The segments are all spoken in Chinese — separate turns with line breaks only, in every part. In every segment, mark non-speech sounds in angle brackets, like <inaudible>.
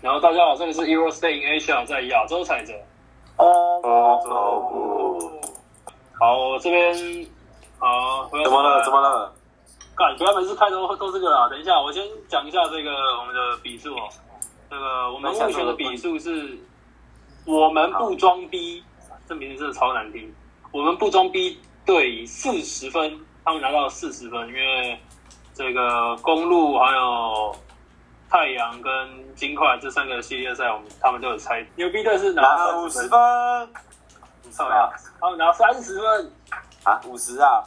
然后大家好，这里是 Eurostay in Asia，在亚洲踩着。
欧洲部
好，我这边好，怎
怎么了？怎么？了？
干，不要每次开头都这个啊！等一下，我先讲一下这个我们的笔数哦。这个我们目前的笔数是，我们不装逼，这名字真的超难听。我们不装逼对四十分，他们拿到四十分，因为这个公路还有太阳跟金块这三个系列赛，我们他们都有猜。牛逼队是拿
拿
到
了五
30
十
分，啊
分
少呀，他们拿三十分，
啊，五十啊！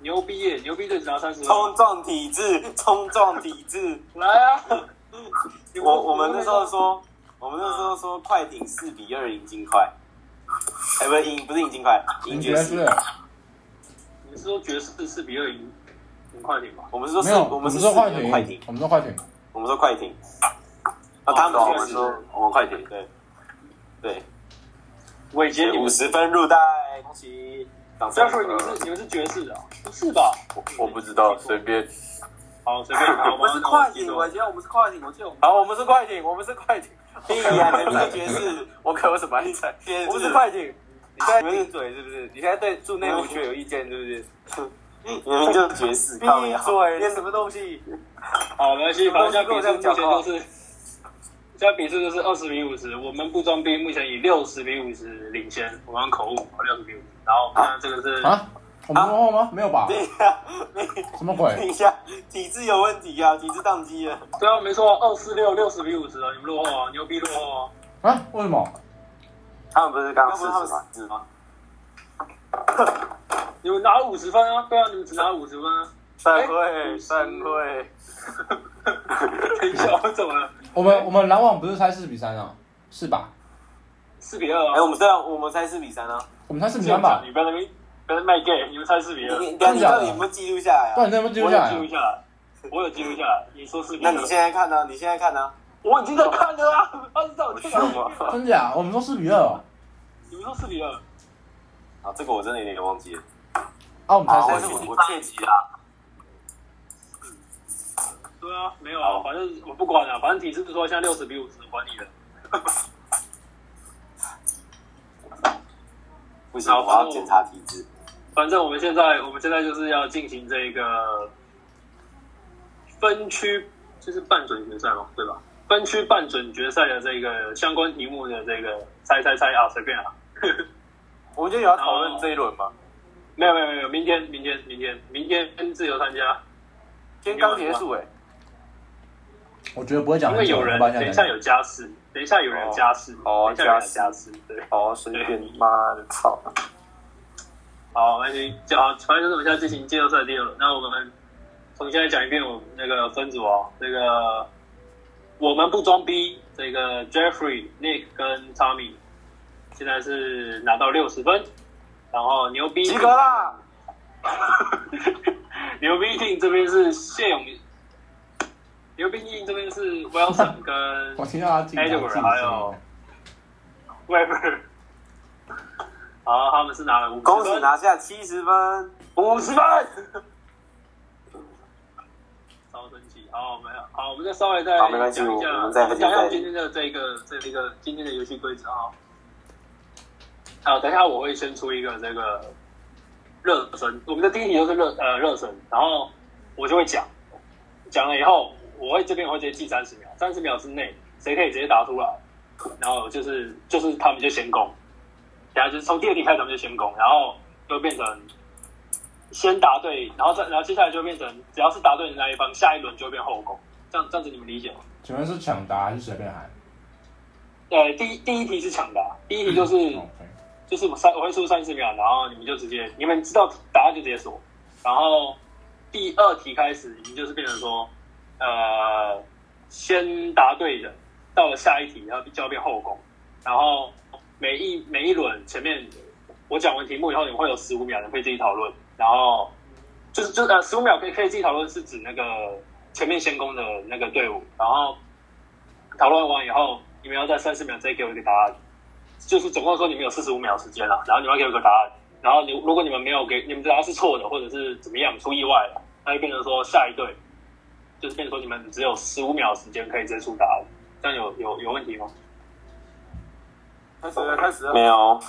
牛逼耶！牛逼队只拿三十分，
冲撞体制，冲撞体制。
来啊！
我我们那时候说，我们那时候说快艇四比二赢金块，哎，不是赢，不是赢金块，赢爵士。
你是说爵士四比二赢赢快点吧？
我们是说
没
哦
四，
有，
我
我
们
们
是
说快
四比
艇
二快艇，，
我们说快艇，
我们说快艇。啊，他们
哦
确
我们
实
说
我们快艇，对对，
伟杰，你
五
们
十分入袋，恭喜！掌
不要说
声。
你们是你们是爵士的啊，不是吧？
我不知道，随便。
好，随便。我
我们是快艇，我觉得我们是快艇，我记得我们。好，我们是快艇，我们是快艇。屁呀，你们是爵士，
我可有什么意思？
我们是快
艇。你现在闭嘴是不是？你现在对住内湖区有意见是不是？
你们就是爵士。
闭
靠呀
嘴！你什么东西？
好，没关系，反正现在比
我
数
们
目
是跟我
前
这样
就是，现在比数就是二十比五十，我们不装逼，目前以六十比五十领先，我刚口误，六十比五十。然后看这个是
啊，我们落后吗？没有吧？
对呀，你
什么
等
鬼？
一下，体质有问题啊，体质宕机了。
对啊，没错，二四六六十比五十啊，你们落后啊，牛逼落后啊！
啊，为什么？
他们不是刚
要不他们死吗？
你们拿了五十分啊，对啊，你们只拿了五十分啊。
散会，散会。
<laughs> 等一下，我怎么了？
我们我们篮网不是猜四比三啊，是吧？
四比二
哎，
啊！
我们这样，我们猜四比三啊。
我们猜四比
这样
三吧
讲，？你不要在那边不要在那边卖 gay，你们猜四比
你
二。
你等一
真的假
下
的
你到底有没有记录下来
不然
啊？
你能不能记录
我
下
有记录
来？
下来，我有记录下来。你说是比
那
二
你现在看呢？你现在看呢？
我已经在看了啊！他知道我在看了。
真假？我们说四比二哦，
你们说四比二，
啊，这个我真的有点忘记了。
啊，我们
好，我
猜
我
谁？
我切记啊。
对啊，没有啊，反正我不管了、反正体制说现在六十比五十，管你的。
不行，我要检查体质。
反正我们现在我们现在就是要进行这个分区，就是半准决赛嘛，对吧？分区半准决赛的这个相关题目的这个猜猜猜啊，随便啊。
我们就有要讨论这一轮吗？
没有没有没有，明天明天明天明天自由参加，
今天刚结束哎，
我觉得不会讲
因
很
为
久，
有
我
人
们把它
等一
讲
下
讲
有家事，等一下有人有家事，
哦
等一下有人有
家事
家事，对。
好，随便，妈的操！
好，那你讲，反正就是我们现在进行季后赛第二轮。那我们从现在讲一遍我们那个分组哦，这个我们不装逼，这个 Jeffrey、Nick 跟 Tommy 现在是拿到六十分，然后牛逼
及格啦！
<laughs> 牛逼 team 这边是谢永，牛逼 team 这边是 Wilson
<laughs>
跟
我听到他自己讲自己
还哎有 Weber。好，他们是拿了五十
恭喜
分
拿下七十分。
五十分， <laughs> 超神奇！好，我们好，我们再稍微再
好没关系
讲一
我
下，
们再
讲一下今天的这个这一个今天的游戏规则啊。好，等一下我会先出一个这个热身，我们的第一题就是热呃热身，然后我就会讲，讲了以后，我会这边我会直接记三十秒，三十秒之内谁可以直接答出来，然后就是就是他们就先攻，然后就是从第二题开始他们就先攻，然后就变成先答对，然后再然后接下来就变成只要是答对的那一方，下一轮就会变后攻，这样这样子你们理解吗？
请问是抢答还是随便喊？
呃，第一第一题是抢答，第一题就是、
哦可以
就是我三我会出三十秒，然后你们就直接你们知道答案就直接说，然后第二题开始你们就是变成说，呃，先答对的，到了下一题然后就要变后宫，然后每一每一轮前面我讲完题目以后，你们会有十五秒，你们可以自己讨论，然后就是就是呃十五秒可以可以自己讨论，是指那个前面先攻的那个队伍，然后讨论完以后，你们要在三十秒之内给我一个答案。就是总共说你们有四十五秒时间了，然后你们要给我一个答案，然后你如果你们没有给你们的答案是错的，或者是怎么样出意外了，那就变成说下一队，就是变成说你们只有十五秒时间可以直接出答案，这样有有有问题吗？
开始了，开始了。
没有，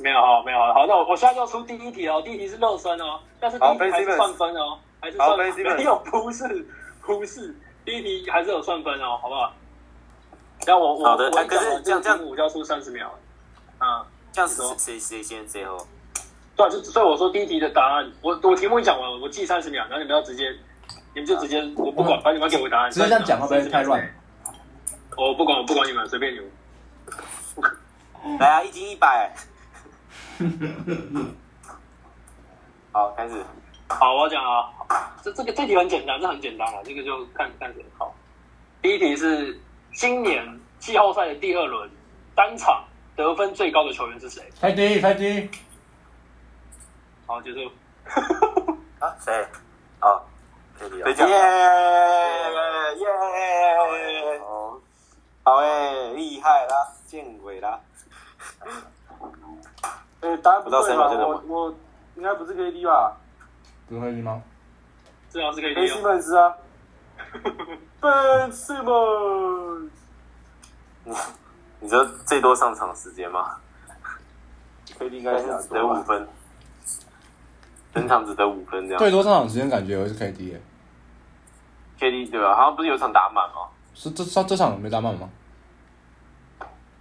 没有哈，没有哈。好，那我我现在就出第一题哦，第一题是热身哦，但是第一
好，Ben
题还是
Simmons
算分哦，还是
好
算
，Ben Simmons
<laughs> 没有不是不是，第一题还是有算分哦，好不好？那我我
好的
我
哎
一
可是
讲完
这样
个题目我就要出三十秒了，嗯，
这样子
你说
谁谁先谁后？
对啊，就所以我说第一题的答案，我我题目一讲完，我记三十秒，然后你们要直接，你们就直接我不管，反正你们要给我答案，
直接这样讲会不会
30秒
太乱？
我不管，我不管你们，随便你们。
来啊，一斤一
<laughs>
百。好，开始。
好，我讲啊，这这个这题很简单，这很简单啊了，这个就看看谁好。第一题是今年季后赛的第二轮单场得分最高的球员是谁？
开机开机，
好，结束。
啊，谁？哦，这里
谁
耶
讲
耶耶！
哦，
好诶，厉害啦，见鬼啦！
哎，答案不
不知道谁
对
吗
吧？
这种
我我应该不是 KD 吧
不会吗？
这道是可以利
？Ben
用。
Simmons <laughs> 啊，Ben Simmons。
你知道最多上场时间吗？
KD 应
应
哎该是
是
打
只得
多啊
五
吧
分，整场只得五分这样。
最多上场时间感觉会是 KD，耶
KD 对吧？好像不是有场打满吗？
是这这这场没打满吗？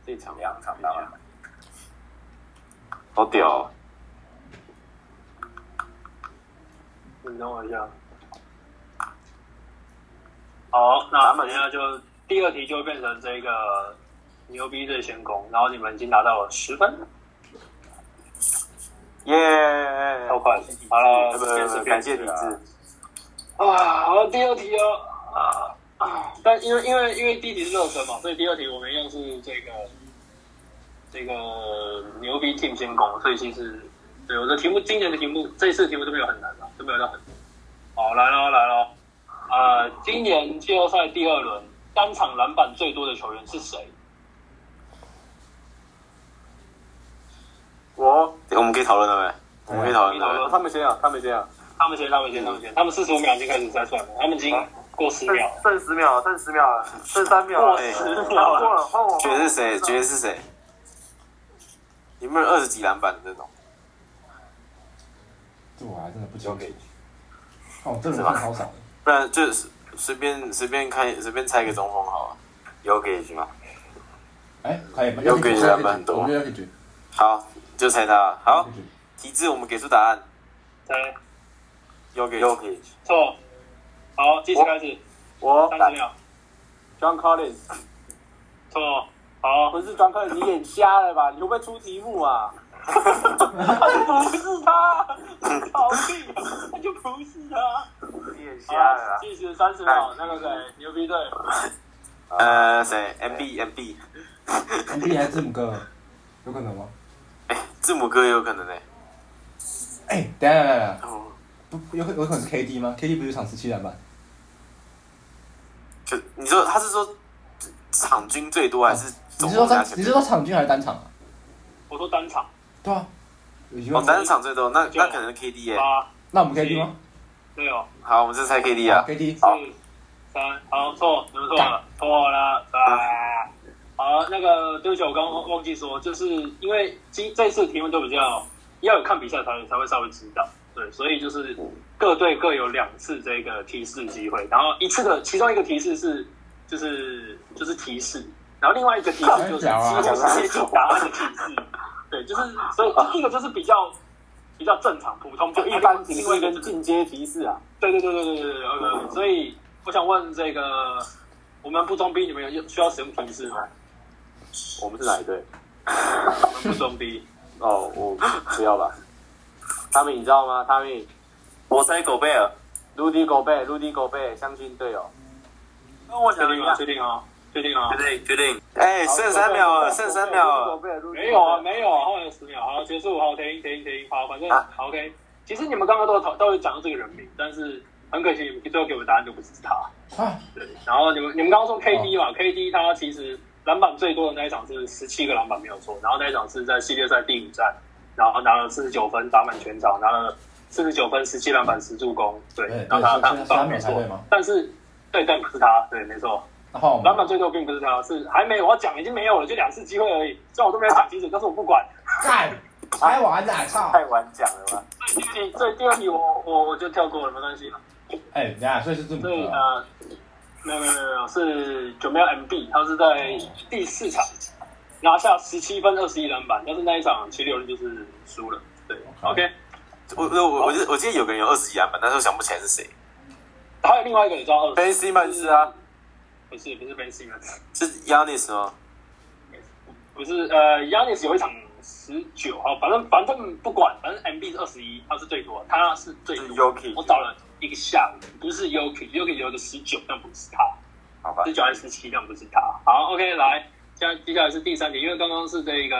这场
两场打完，
好屌、哦！
你等我一下。好，那等一下就第二题就变成这个牛逼最先攻，然后你们已经拿到了十分，
耶、
超快了。好了，
不
时间是
不不，
变
感谢理智。
啊，好，第二题哦，啊啊，但因为因为因为第一题是热身嘛，所以第二题我们用是这个这个牛逼 team 先攻，所以其实对我的题目今年的题目这一次的题目都没有很难啊，都没有到很难。好，来喽来喽，呃，今年季后赛第二轮单场篮板最多的球员是谁？
我
我们可以讨论了没？我们可以讨论
可以讨
了
论
没？
他们先啊，他们先啊，
他们先，他们先，他们先，
嗯
他们四十五秒已经开始在算了，他们已经过十秒了。
剩十秒，啊剩十秒了，剩三秒啊
过
了，
哎
十秒
过
了，
了，换我。
觉得是谁？觉得是谁？有没有二十几篮板的那种？
这我还真的不清
交给
楚。哦，这人看超少的，
不然就是随便随便看随便猜一个中锋好了，有给举吗？
哎，可以吗？
又给你篮板很多
我觉得可以举，
好，就猜他。好
可以，举
题字我们给出答案，
对，
有给有给。
错。好，计时开始，
我
三十秒。
John Collins，
错，好，
不是 John Collins，你眼瞎了吧？你会不会出题目啊？
<laughs> 不是他，逃避，他就不是他。
你眼啊
好，计时三十秒，那个谁，牛逼队，
呃，谁？M B M B，
，NBA 还是字母哥，有可能吗？
哎，字母哥也有可能呢。欸
哎，等一下等一下等一下，
哦，
不有可有可能是 KD 吗？KD 不是有场十七篮板？
就你说他是说场均最多还是
你
总
是说
共加
场
起来？
你是说场均还是单场啊？
我说单场
对啊，有疑
哦
问，吗？
单场最多，那那可能 K D 耶。
八
那我们 KD 吗？
六
好，我们就猜 K D 啊。
，KD
好
四三，好错，你们错了，错了，啊，好，那个对不起，我刚刚忘记说，就是因为今这次题目都比较要有看比赛才才会稍微知道，对，所以就是各队各有两次这个提示机会，然后一次的其中一个提示是就是就是提示，然后另外一个提示就是几
啊
乎是接近答案的提示，对，就是所以这一个就是比较比较正常普通，
就一般提
提
示跟进阶提示啊。
对对对对对对对，OK。所以我想问这个，我们不装逼，你们有需要使用提示吗？
我们是哪一队？
我们不装逼，
哦，我不要吧。他们你知道吗？他们
我猜狗贝尔。
卢迪狗贝，卢迪狗贝，相亲队友。
那我
确定吗？确定啊、确定
<laughs>
啊、
定决定。哎，剩三秒了，剩三秒了。
没有啊，没有啊，后面十秒，好，结束，好，停停停，好，反正、
啊
好 OK。其实你们刚刚都有讨都有讲到这个人名，但是很可惜，你们最后给我的答案就不是他。
啊，
对，然后你们你们刚刚说
哦
KD 嘛、k d 他其实篮板最多的那一场是十七个篮板没有错，然后那一场是在系列赛第五战，然后拿了四十九分，打满全场，拿了四十九分，十七篮板，十助攻，对
哎对，
然后他
对所以
他他
所以他没有
没
猜
错
对吗，
但是对，但不是他，对，没错，
那换我
篮板
们
最多并不是他，是还没有我要讲已经没有了，就两次机会而已。虽然我都没有讲清楚，但是我不管。
干，开玩的，操！
太晚讲了吧？
所以第二题，所以第二题我我我就跳过了，没关系。
哎，等一下，所以是字母
所以
哥啊，
呃，没有没有没有没有，是九没有 MB，他是在第四场拿下十七分二十一篮板，但是那一场七六人就是输了。对
OK
，OK，
我我我我记得我记得有个人有二十一篮板，但是我想不起来是谁。
还有另外一个人抓二
Ben Simmons 啊，
不是不是 Ben Simmons，
是 Yanis 吗？
不是呃 Yanis 有一场十九号，反正反正不管，反正 MB 是二十一，他是最多的，他是最
是
多的。
Yoki，
我找了一个下午，不是 Yuki，Yuki 有一个十九，但不是他。
好吧
十？九还是十七，但不是他。好，OK，来，现在接下来是第三题，因为刚刚是这个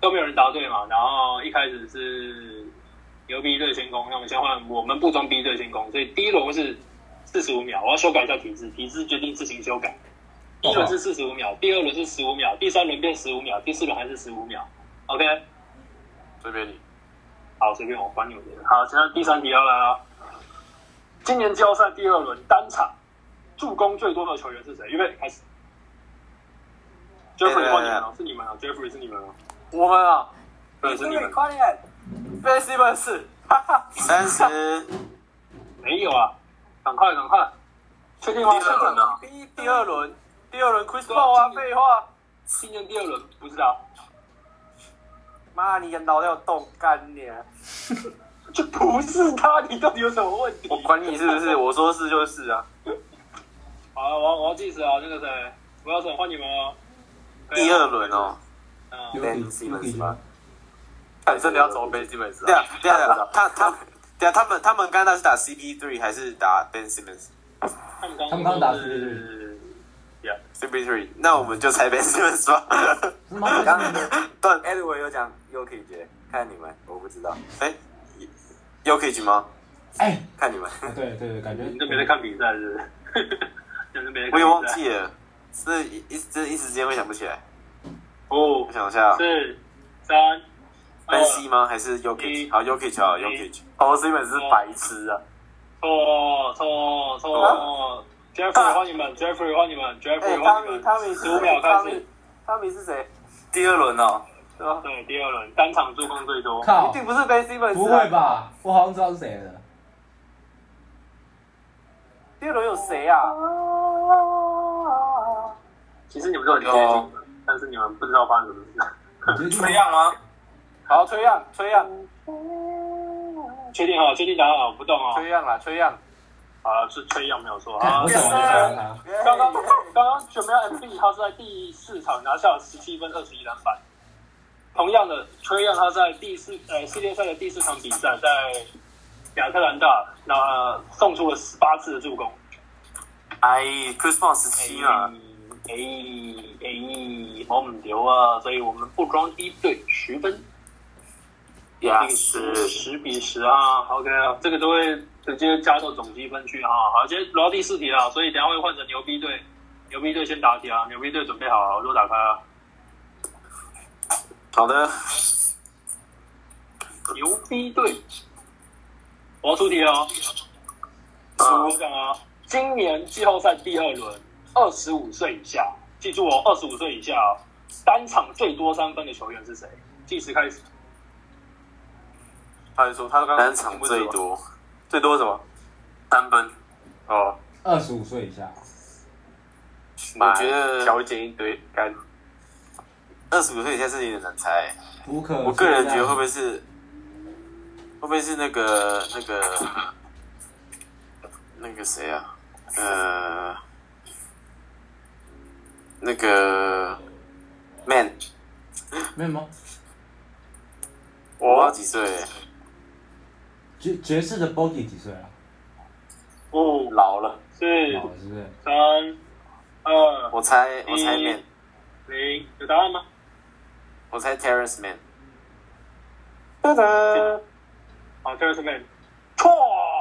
都没有人答对嘛，然后一开始是牛逼对先攻，那我们先换我们不装逼对先攻，所以第一轮是四十五秒，我要修改一下题字，题字决定自行修改。第一轮是四十五秒，第二轮是十五秒，第三轮变十五秒，第四轮还是十五秒。OK，
随便你。
好，随便我管你们的。好，现在第三题要来了。今年季后赛第二轮单场助攻最多的球员是谁？预备开始。Jeffrey
呃
换你们了，哦是你们了，Jeffrey 是你们了，哦
我们啊，
对，是你们。
快点，Ben Simmons，哈哈，
三十，
没有啊，赶快赶快，确定吗？
第二轮啊
<laughs> 第第二轮，第二轮 Chris Paul 啊，废话，
今年第二轮不知道，
妈，你脑袋有洞，干你啊！
这不是他，你到底有什么问题？
我管你是不是，我说是就是啊。
好，我要我要计时啊，那个谁，我要换你们哦。可以
第
啊，
二轮哦，
嗯，
有
对
可以，有可以吗？
你哎真的要走 Ben Simmons
对
啊？
啊，对啊，对啊他他对啊，他们他们刚才是打 CP three 还是打 Ben Simmons？CP
他们刚
他们刚打
是
对对
three，那我们就猜 Ben Simmons 吧。
是吗？
刚
但
Edward 有讲 Yoki 决，看你们，我不知道，
哎，Yoki 吗？
哎，
看你们。
对对对，感觉
你都没在看比赛是不是？ <laughs> 你都没在看比赛
我也忘记了，是一一真的一时间会想不起来。
哦
我，想一下
四、三、二
啊
，Ben、C 吗？还是 Yoki？好，Yoki 好，Yoki。
哦，Simmons 是白痴啊！
错错错，Jeffrey 换你们，Jeffrey 换你们，Jeffrey 换你们，
哎米
十五秒开始，
汤米是谁？
第二轮哦，
对吧？
对，第二轮单场助攻最多，
靠
一，定不是 Ben Simmons，啊
哦不会？吧？我好像知道是谁
<laughs>
了。
第二轮有谁啊？
其实你们都很接近的，但是你们不知道发生什么事。
你觉得
这样吗？
好，崔样，崔样，
确定哈，确定答案好，不动哦
崔。样啦，崔样。
好了，是崔杨没有错
干
啊
我。怎么没想到他？
刚刚刚刚准备 MB，他是在第四场拿下了十七分、二十一篮板。同样的，崔让他在第四呃系列赛的第四场比赛，在亚特兰大那、送出了十八次的助攻。
哎，Chris Paul 十七啊，
哎哎，我们丢啊！所以我们不装逼对十分，
呀
是
是。
十比十啊。OK 啊，这个都会直接加到总积分去啊。好，今天轮到第四题了，所以等一下会换成牛逼队，牛逼队先答题啊。牛逼队准备好了，我就打开啊。
好的，
牛逼队，我要出题了哦。我讲啊，今年季后赛第二轮，二十五岁以下，记住哦，二十五岁以下、哦，单场最多三分的球员是谁？计时开始。
他就说，他刚刚
单场最多
啊
最多是什么？
三分，
哦，
二十五岁以下，
我觉得
调减一堆干。
二十五岁以下是有点难猜。
不可。
我个人觉得会不会是，会不会是那个那个那个谁啊？呃，那个 Man，
没有吗？
我忘了几岁？
爵爵士的 Bogey 几岁啊？
五、
老了，
四
老、了是不是？
三、二、
我猜我猜
一
Man，
零，有答案吗？
我猜 Terrence Man。
哒哒。
好 t e r r e Man，错，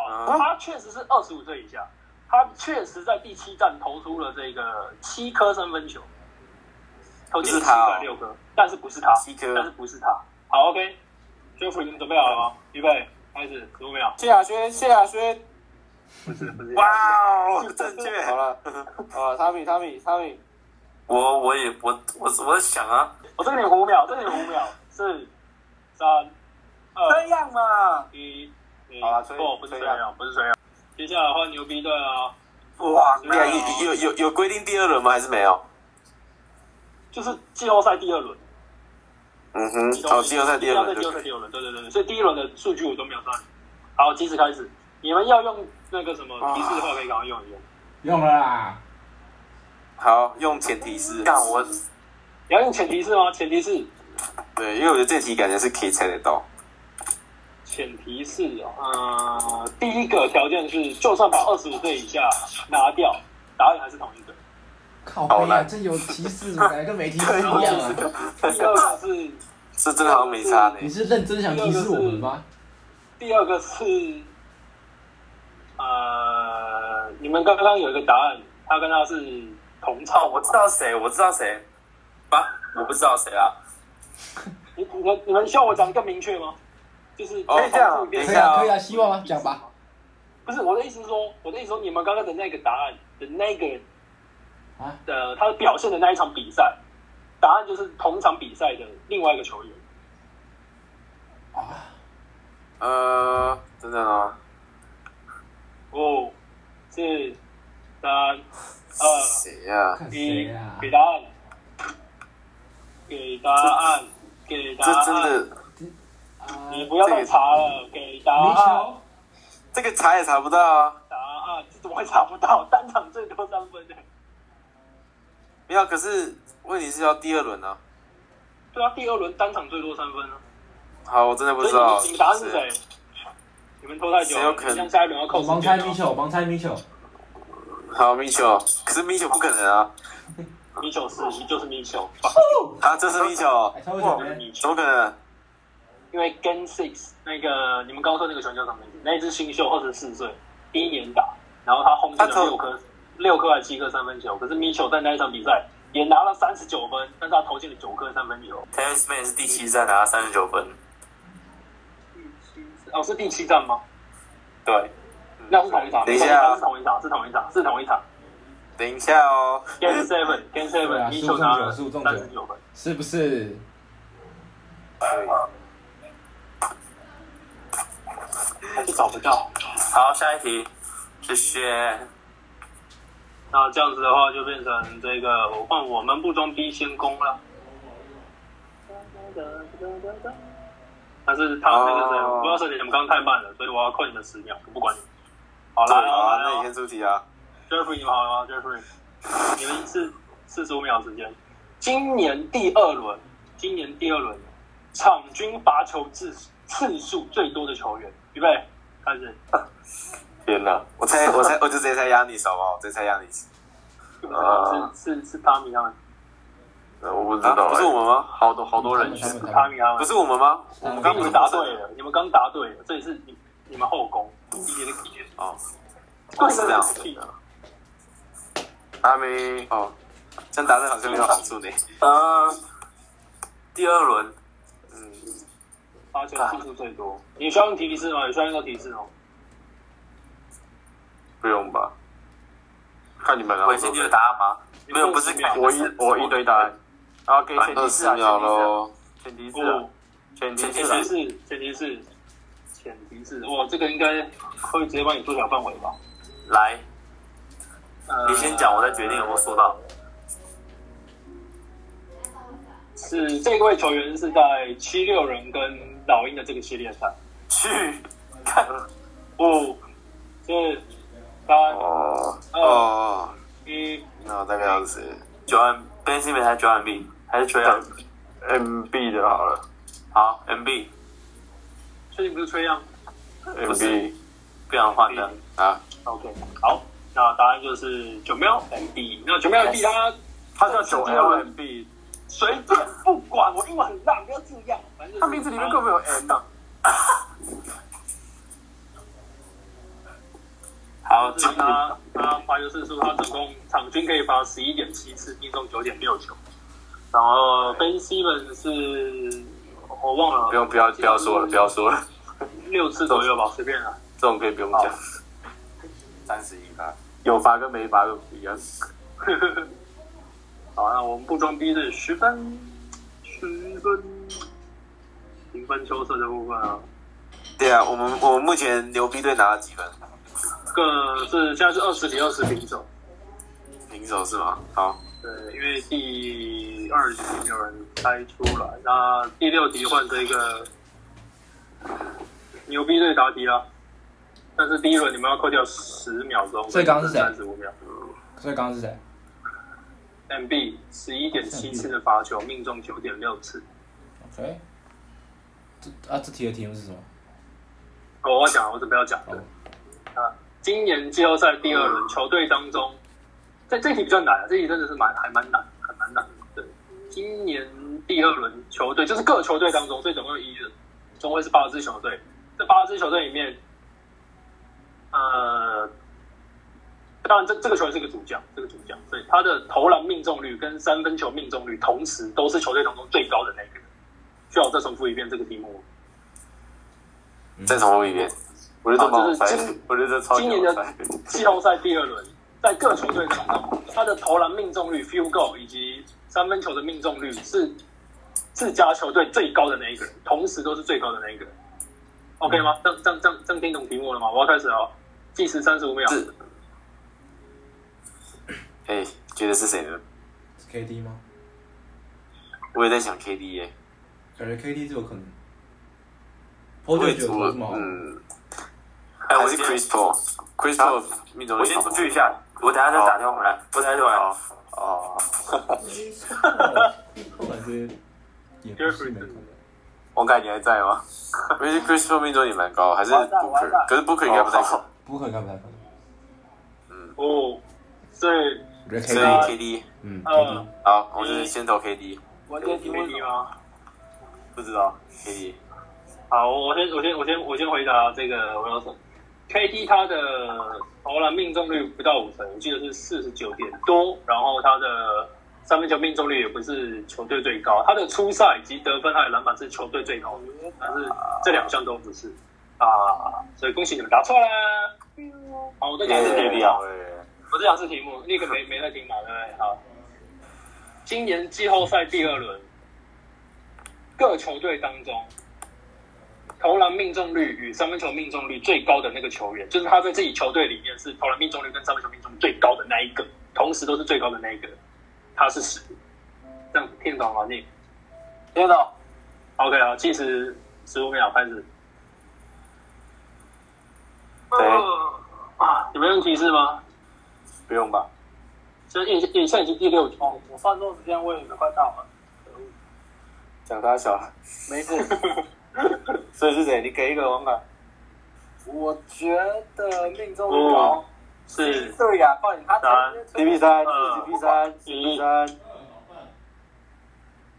啊
他确实是二十五岁以下，他确实在第七站投出了这个七颗三分球，投进了七
不是他哦
颗六颗，但是不是他，
七颗
<laughs>
但是不是他。好，OK，Jeffrey，你们准备好了吗？预备，开始，十五秒。
谢亚轩，谢亚轩，
不是不是。
哇哦，正确。
<laughs>
<laughs>
好了，好了，汤米，汤米，汤米，
我我也我我我想啊，
我这给你五秒，这给你五秒，四、三、二、
这样嘛？
一，零
好啦吹
不，不是
吹
这样，不是这样。接下来换牛逼队啊，
哇，
对啊
有有有有规定第二轮吗？还是没有？
就是季后赛第二轮，
嗯哼，哦，季后赛第二轮
季
就
后赛第二轮，对对对对，所以第一轮的数据我都没有算。好，计时开始，你们要用那个什么提示的话，可以赶快用一用。
用了啦，
好，用前提是，
干我
你要用前提是吗？前提是
对，因为我觉得这题感觉是可以猜得到。
前提是哦，呃，第一个条件是，就算把二十五岁以下拿掉，答案还是同一个。
靠背
好
啊，
难
这有提示，哪个没提示一样啊？
第二个是，
这真的好像没差呢
你。是认真想提示我们吗？
第二个是，呃，你们刚刚有一个答案，他跟他是同
哦，
唱，
我知道谁，我知道谁，啊，我不知道谁啊，
你你们你们需要我讲得更明确吗？就是
哦
可以这样
可以
可
这
以
样
啊，可以啊，希望啊，讲吧。。
不是我的意思是说，我的意思说，你们刚刚的那个答案的那个
啊
呃，他表现的那一场比赛，答案就是同场比赛的另外一个球员。
呃，真的吗？
五、四、三、
啊
二、
谁呀？
一
看谁啊，？
给答案，给答案，给答
这真
案，
的，
啊
你不要再查了，给答案，
这个查也查不到啊。
答案，这怎么会查不到？单场最多三分的，
没有，可是问题是要第二轮啊。
对啊，第二轮单场最多三分啊。
好，我真的不
所以
知
你们你们
道
答案是谁？？你们拖太久
谁有
了，
可能
像下一轮要扣
我
时
盲猜
间
米
了。
球，盲猜米球，
好，米球，可是米球不可能啊！
米球是，你就是米球，
啊，这是米球，
哎，稍微小
就是米
边，
怎
球。
么可能？
因为 Game Six 那个你们刚刚说那个球员叫什么名字？那一支新秀，二十四岁，第一年打，然后他轰进
他
了
投
六颗、六颗还是七颗三分球。可是 Mitchell 在那一场比赛也拿了三十九分，但是他投进了九颗三分球。
，Terrence Mann 是第七站拿三十九分，
哦，是第七战吗？
对，
那是同一场，哦
等一下啊
是同一场，是同一场，是同一场。
等一下哦， <laughs>
Game Seven，Game
对
Seven，
啊
米
十五
球
中
拿
九
了
十五中
三十九分。
是不是？
还是找不到。
好，下一题，谢谢，
那这样子的话，就变成这个我换我们不装逼先攻了。但是他那个谁，
哦
我不知道是你们刚刚太慢了，所以我要扣你们十秒，我不管你们。好
好
来哦
啊，
来
那你
哦
先出题啊。
，Jeffrey 你们好了吗？Jeffrey，你们是四十五秒时间。今年第二轮，今年第二轮场均罚球次次数最多的球员，预备开始。
天哪，我猜，我猜，我就直接猜亚尼斯好不好？我直接猜亚尼斯。
啊
呃是是是汤米他们，
我不知
啊，
道，
不是我们吗？
好多好多
他
人
们他们他
汤
们，
米他们
不。是我们吗？我们
刚
刚
你
不是
们答对了，你们刚答对了，这也是你你们后宫，你的
哦，
啊
对
是这样
是屁
阿明，
哦，这样答对好像没有好处呢。
呃，第二轮
发球次数最多。你需要用提示吗？你需要用到提示哦。
不用吧？
看你们了
我已经记得答案吗？没有，不是看，
我
一我一堆答案，
好，给前
二
提是
十
啊，
秒喽。
前提是啊，
五
前提
前提
是啊，
是哦前提是前提是，哇，这个应该会直接帮你缩小范围吧？
来，
呃
你先讲，我再决定有没有说到。
是这位球员是在七六人跟老鹰的这个系列赛，
去看
五、四、三、
哦
二、
哦，
一，
那我大概要是谁？
九万 Ben Simmons 还是九万 B 还是 t r a
MB 的好了
好，MB
确定不是吹样
不是
，MB
不想换
嗯
的。
啊，
？OK，好，那答案就是九喵
哎
MB。那九喵 MB 他
他叫九 LMB，
随便不管，我英文很烂，不要这样。反正
他名字里面根本没
哎
有 N 啊。
好，就是他他罚球次数，他总共场均可以罚十一点七次，命中九点六球。然后 Ben Simmons 是我忘
不
了
用不要不要说了，不要说了，
六次左右吧，随便啦。啊
这种可以不用讲。三十一分。
有罚跟没罚都不一样。
<laughs> 好，那我们不装逼是十分，十分，平分秋色的部分啊，
对啊，我们我们目前牛逼队拿了几分？
各是现在是二十比二十平手。
平手是吗？好，
对，因为第二集没有人猜出来，那第六集换这个牛逼队答题了。但是第一轮你们要扣掉十秒钟，
所以刚刚是谁
三十五秒
所以刚刚是谁？
？MB 十一点七次的罚球，命中九点六次。
OK，这啊，这题的题目是什么？
哦我我讲，我准备要讲的。啊，今年季后赛第二轮，球队当中，这这题比较难、啊，这题真的是蛮还蛮难，很蛮难的。对，今年第二轮球队就是各球队当中，所以总共有一人，总共是八支球队。这八支球队里面，呃，当然这这个球员是个主将，这个主将，所以他的投篮命中率跟三分球命中率同时都是球队当中最高的那个人。需要我再重复一遍这个题目吗。
再重复一遍。
我觉得这蛮
好
好
就是
猜
今，
我觉得这超级
今年
好
的
猜。
季后赛第二轮，在各球队当中，他的投篮命中率、field goal 以及三分球的命中率是自家球队最高的那一个人，同时都是最高的那一个人。OK 吗？这样这样这样这样听懂题目了吗？我要开始哦，计时三十五秒。
是哎、觉得是谁呢？
是 KD 吗？
我也在想 KD 耶、
感觉 KD 这有可能。
我
我也
觉得
出
有
了
什么好？，
嗯。哎，我是 Chris Paul，Chris Paul 命中率
我先出去一下，我等下再打电话回来，我等下就回来。
哦，
我感
嗯
觉也不是没可能。
我感觉还在吗？
我觉得 Chris Paul 命中率蛮高，还是
完蛋完
Booker，
蛋
可是 Booker 应该不
哦
太高，
不可能，不太可能。
五、四、
我觉得
所以
KD，
KD
嗯
二
，KD，，
好，我就是先投 KD，KD
我这题目吗？
不知道。
好，我先我先我先我先回答这个 Wilson，KD 他的投篮命中率不到五成，我记得是四十九点多，然后他的三分球命中率也不是球队最高，他的初赛及得分还有篮板是球队最高的，但是这两项都不是啊，所以恭喜你们答错啦。好，我再
哎
讲一次题目。
啊。
我这两次题目，那个没没在听嘛，对不对？好，今年季后赛第二轮，各球队当中，投篮命中率与三分球命中率最高的那个球员，就是他在自己球队里面是投篮命中率跟三分球命中率最高的那一个，同时都是最高的那一个，他是十。这样听得懂吗？你
天哪！
OK 啊？计时十五秒开始。
对
啊，你们用提示吗？
不用吧？
现在现现在已经第六局哦，我算错时间，我也快到了。
讲他小孩。
没事，
<laughs> 所以是谁？你给一个王凯。
我觉得命中
率高是
对呀，快点，他
三
CP 三
嗯
呃
，CP 三，CP 三。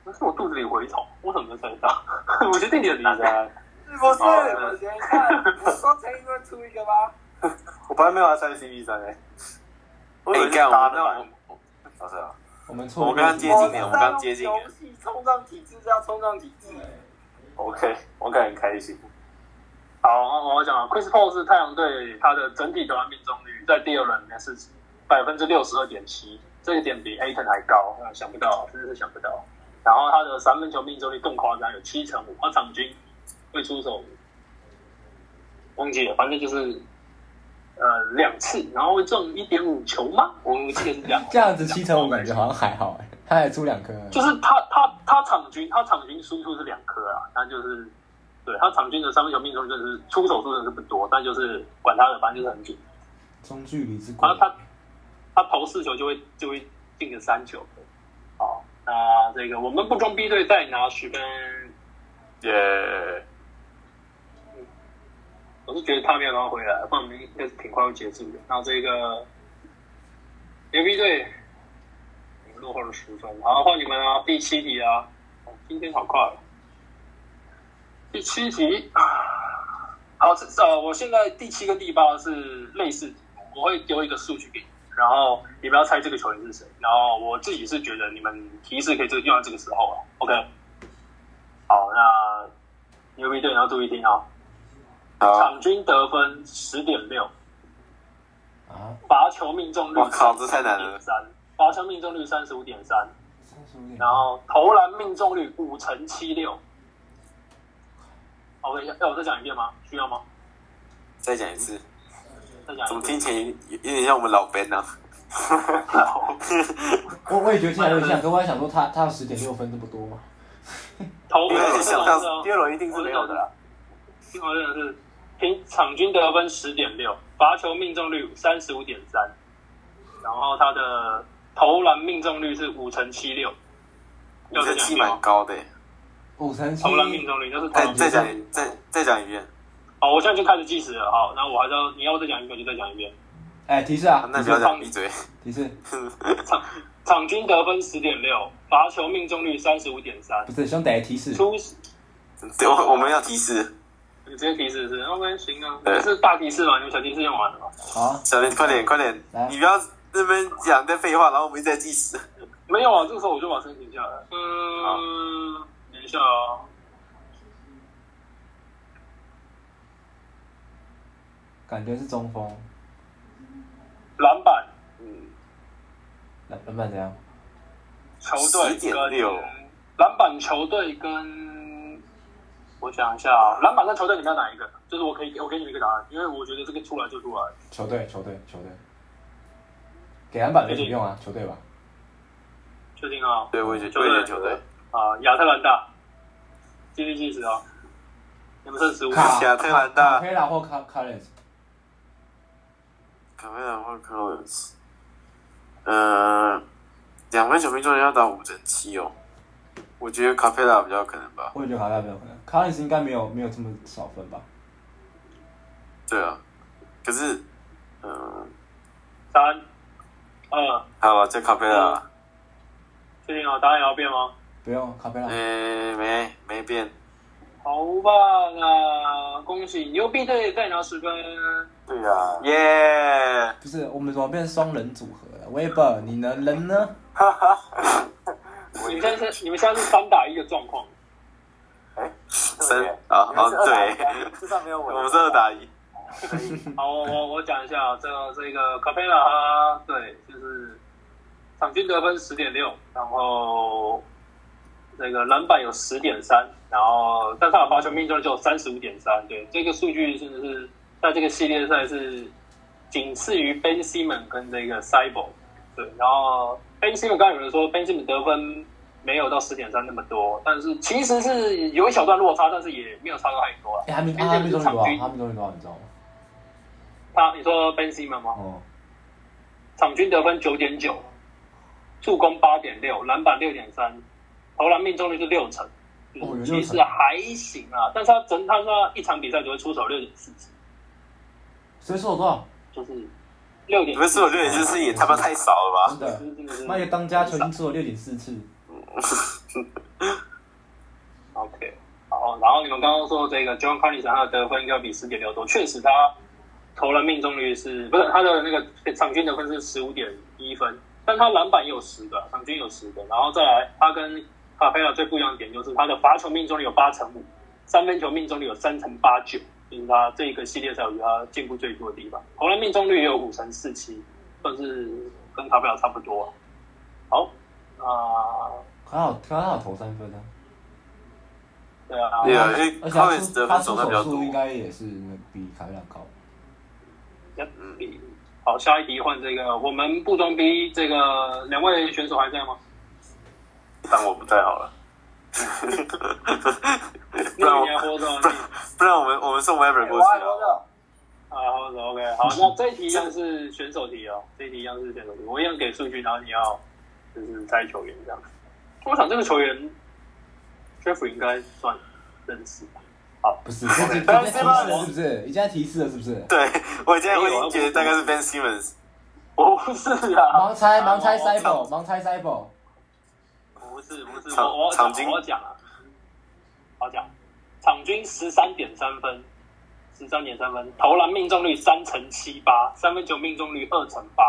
那是我肚子里蛔虫，我怎么能猜到？ <laughs> 我觉得这点很难
CP
的。
三，
不是
好的
我先看，我说陈一哥出一个吧。
我本来没有要猜 CP 三诶。我以
哎，
为是
干，我
打
们
的
那
嘛
我，老师啊，
我们错
我
了
们刚刚接近了，我们刚刚接近了
游，戏冲撞体制要冲撞体制。
OK，我感觉很开心。
好，我我讲啊，Chris Paul 是太阳队，他的整体得篮命中率在第二轮里面是百分之六十二点七，这一点比 Aiton 还高，啊想不到，真的是想不到。然后他的三分球命中率更夸张，有七成五，他场均会出手，忘记了，反正就是呃两次，然后会中一点五球吗？我我记得是这样。
这样子七成我感觉好像还好哎，他还出两颗而已。
就是他他他场均他场均输出是两颗啊，他就是对他场均的三分球命中率就是出手数真的是不多，但就是管他的，反正就是很准。
中距离之鬼
然后，他他投四球就会就会进个三球。好，那这个我们不装逼队再拿十分，
耶，
我是觉得他没有办法回来，不然我们应该是挺快要结束的。那这个牛逼队，你们落后了十分，好换你们啊，第七题啊，哦今天好快哦。第七题，好，这呃，我现在第七跟第八是类似题目，我会丢一个数据给你，然后你们要猜这个球员是谁，然后我自己是觉得你们提示可以这个用在这个时候了，OK。好，那牛逼队你要注意听啊、
好，
场均得分十点六，
啊，
罚球命中率
我靠这太难了
三，罚球命中率三十五点三，
三十五点
然后投篮命中率五成七六。好，等一下，要我再讲一遍吗？需要吗？
再讲一次，
再讲一遍。
怎么听起来有有点像我们老 Ben 啊？
我我也觉得听起来有点像，可我还想说他他十点六分这么多吗？
投篮
对想象
哦
第二轮一定是没有的啦。
我真的是平场均得分十点六，罚球命中率三十五点三，然后他的投篮命中率是五成七六，
你
要再
这
讲一
气
遍
蛮
吗
高的耶。
五三七，
投篮命中率就是投篮
再哎再讲一再再讲一遍，
好，我现在就开始计时了。好，那我还是要你要再讲一遍就再讲一遍。
哎，提示啊，
那不要讲闭嘴。 <laughs>
提示，
场场均得分十点六，罚球命中率三十五点三，
不是兄弟提示，
出
对，我我们要提示，
你直接提示是 OK 行啊，
对
这是大提示嘛？你们小提示用完了吗？
好啊，
小林快点快点
来，
你不要那边讲在废话，然后我们一直在计时。
没有啊，这个时候我就把声停下来。嗯，等一下啊、
感觉是中锋，
篮板
篮篮板怎样？
球队跟
10.6
篮板球队跟，我想一下啊，篮板跟球队你们要哪一个？就是我可以我给你们一个答案，因为我觉得这个出来就出来。
球队，球队，球队，给篮板没什么用啊，球队吧。
确定啊？
嗯对，我也觉
球
我
队
也觉得球队，
啊，亚特兰大，继续计时哦，你们剩十五秒。
卡
亚特兰大
卡佩拉或卡卡雷斯，
卡梅尔或 c o l l n s 呃，两分球命中率要打五整七哦。我觉得卡佩拉比较有可能吧。
我也觉得卡佩拉没有可能，卡雷斯应该没有没有这么少分吧？
对啊，可是，嗯、呃，
三、二，
好了，这卡佩拉，
确定啊？答案也要变吗？
不用卡佩拉，
诶、没没变。
好吧，那恭喜牛逼队再拿十分。
对呀、啊，耶、
不是我们怎么变双人组合了？Weber，你呢？人呢？
你们现在是你们现在是三打一的状况，
三啊
你
啊
们是二打一
对，
这上
<laughs>
没有我的，
我们是二打一，
好，我我我讲一下啊这个这个卡佩拉哈，对，就是场均得分十点六，然后那个篮板有十点三，然后但他的罚球命中率只有三十五点三，对，这个数据真的是在这个系列赛是仅次于 Ben Simmons 跟这个 c y b o 对，然后 Ben Simmons 刚才有人说 Ben Simmons 得分没有到十点三那么多，但是其实是有一小段落差，但是也没有差到太多了。
哎，他命啊他命中率多少？他命中率多啊少？你知道吗？
他你说 Ben Simmons 吗？
哦，
场均得分九点九，助攻八点六，篮板六点三，投篮命中率是六成，
哦有六成
其实还行啊。但是他整他那一场比赛只会出手六点四次，
谁说我多少？
就是六点
你们是我六点四也他妈太少了吧？
真的，
真的是
妈一个当家球星出了六点四次，
OK，好，然后你们刚刚说这个 John Collins 他的得分应该比十点六多，确实他投篮命中率是不是他的那个场均得分是十五点一分，但他篮板也有十个，场均有十个，然后再来他跟卡佩拉最不一样的点就是他的罚球命中率有八成五，三分球命中率有三成八九，就是他这一个系列赛我觉得他进步最多的地方，投篮命中率也有五成四七，算是跟卡佩拉差不多、啊好，啊、
卡好卡好投三分啊。
对啊，
对啊，因为
而且
c
他
o
出
得
他
分总
出
量比较
手数
多
应。该也是那个比卡佩拉高。
嗯，好，下一题换这个，我们不装逼，这个两位选手还在 <laughs> 吗？
但我不太好了， <laughs> 不
那
然
你
我
还活着吗？你
不然我们我们送 Weber 过
我还
哎
去
活
啊。
着。
啊，活着，OK。好， <laughs> 那这一题一样是选手题 <laughs> 哦，这一题一样是选手题，我一样给数据，然后你要就是猜球员这样。我想这个球员，Jeffrey 应该算认识吧？
不是，已经在提示了，是不是？已经在提示了，是不是？
对， <laughs> 我现在我已经觉得大概是 Ben Simmons，
我不是啊，
盲猜，盲猜
我
c y b e 盲猜 c y b e
不是不是，
场
我我要
场
讲
均
我要讲啊，我要讲，场均十三点三分，十三点三分，投篮命中率三成七八，三分球命中率二成八。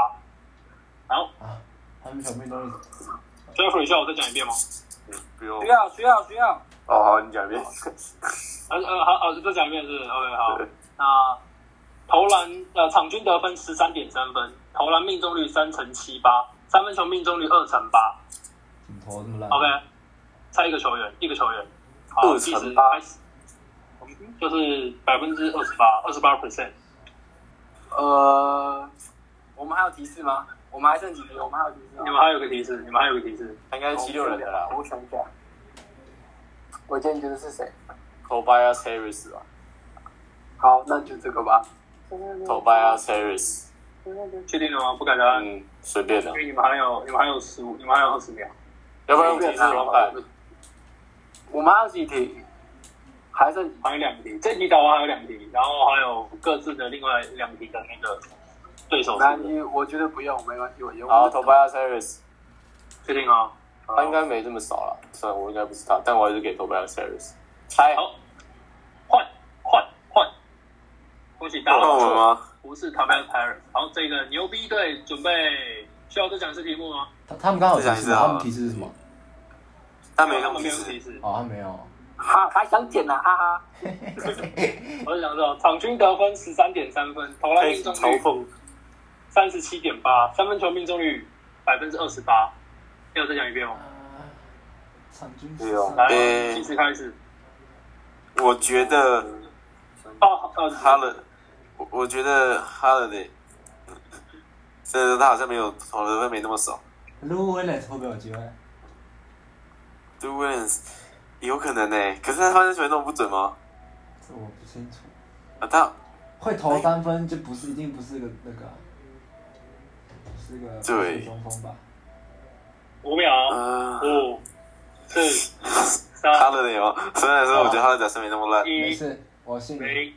啊，他们全部都是
Jeffrey 需要我再讲一遍吗？
不用
需。
啊
要需要需要，
哦，好，你讲一遍。
呃呃，好，呃，再讲一遍是 OK 好。那投篮呃场均得分十三点三分，投篮命中率三成七八，三分球命中率二成八。
怎么投得这么烂？
OK，猜一个球员，一个球员。好，
二
计时
乘
开
八
始，就是百分之二十八，二十八 percent。
呃，我们还有提示吗？我们还剩几题？我们还有提示吗
你？们还有个提示，你们还有个提示，
他应该是七六人的啦
我想一下，我今天觉得是谁？
，Tobias Harris 吧
好，那就这个吧。
，Tobias Harris，
确定了吗？不敢答，因
嗯，随便的，
为你们还有你们还有十五，你们还有二十秒。
要不然我们提示王牌，
我们还有几题？还剩
还有两题，这题打完还有两题，然后还有各自的另外两题的那个对手
南
是
一，我觉得不用，没关系，我用。
好，Tobias Harris，
确定哦。
他应该没这么少了，算了，我应该不知道，但我还是给 Tobias Harris，猜，
好，换换换，恭喜大家！
我们吗？
不是 t a m a Paris。好，这个牛逼队准备需要再讲一次题目吗？
他他们刚好有提
再
示
讲一次啊
吗，
好了
他们提示
他们
他
是什么？
没有提示。
哦，他没有。
哈，还想剪呢、哈哈。
我是想知道，场均得分十三点三分，投篮
可
命
以
中
嘲
率
讽，
三十七点八，三分球命中率百分之二十八。要再讲一遍吗？
<laughs> 场均
对哦
来，
呃
计时开始。
我觉得
哦，呃，
哈勒，我我觉得哈勒的，真的他好像没有投的分没那么少。
，Lou Williams 会不会有机会？
Do wins，有可能呢、欸可是他三分球弄不准吗？
这我不清楚。
啊，他
会投三分就不是一定不是个那个啊，不是个
对
不是中锋吧？
五秒，
呃，
五、四、
哈
三、
勒的有，虽然说我觉得哈勒假设没那么烂。
没
一，
事，我信你。
谁？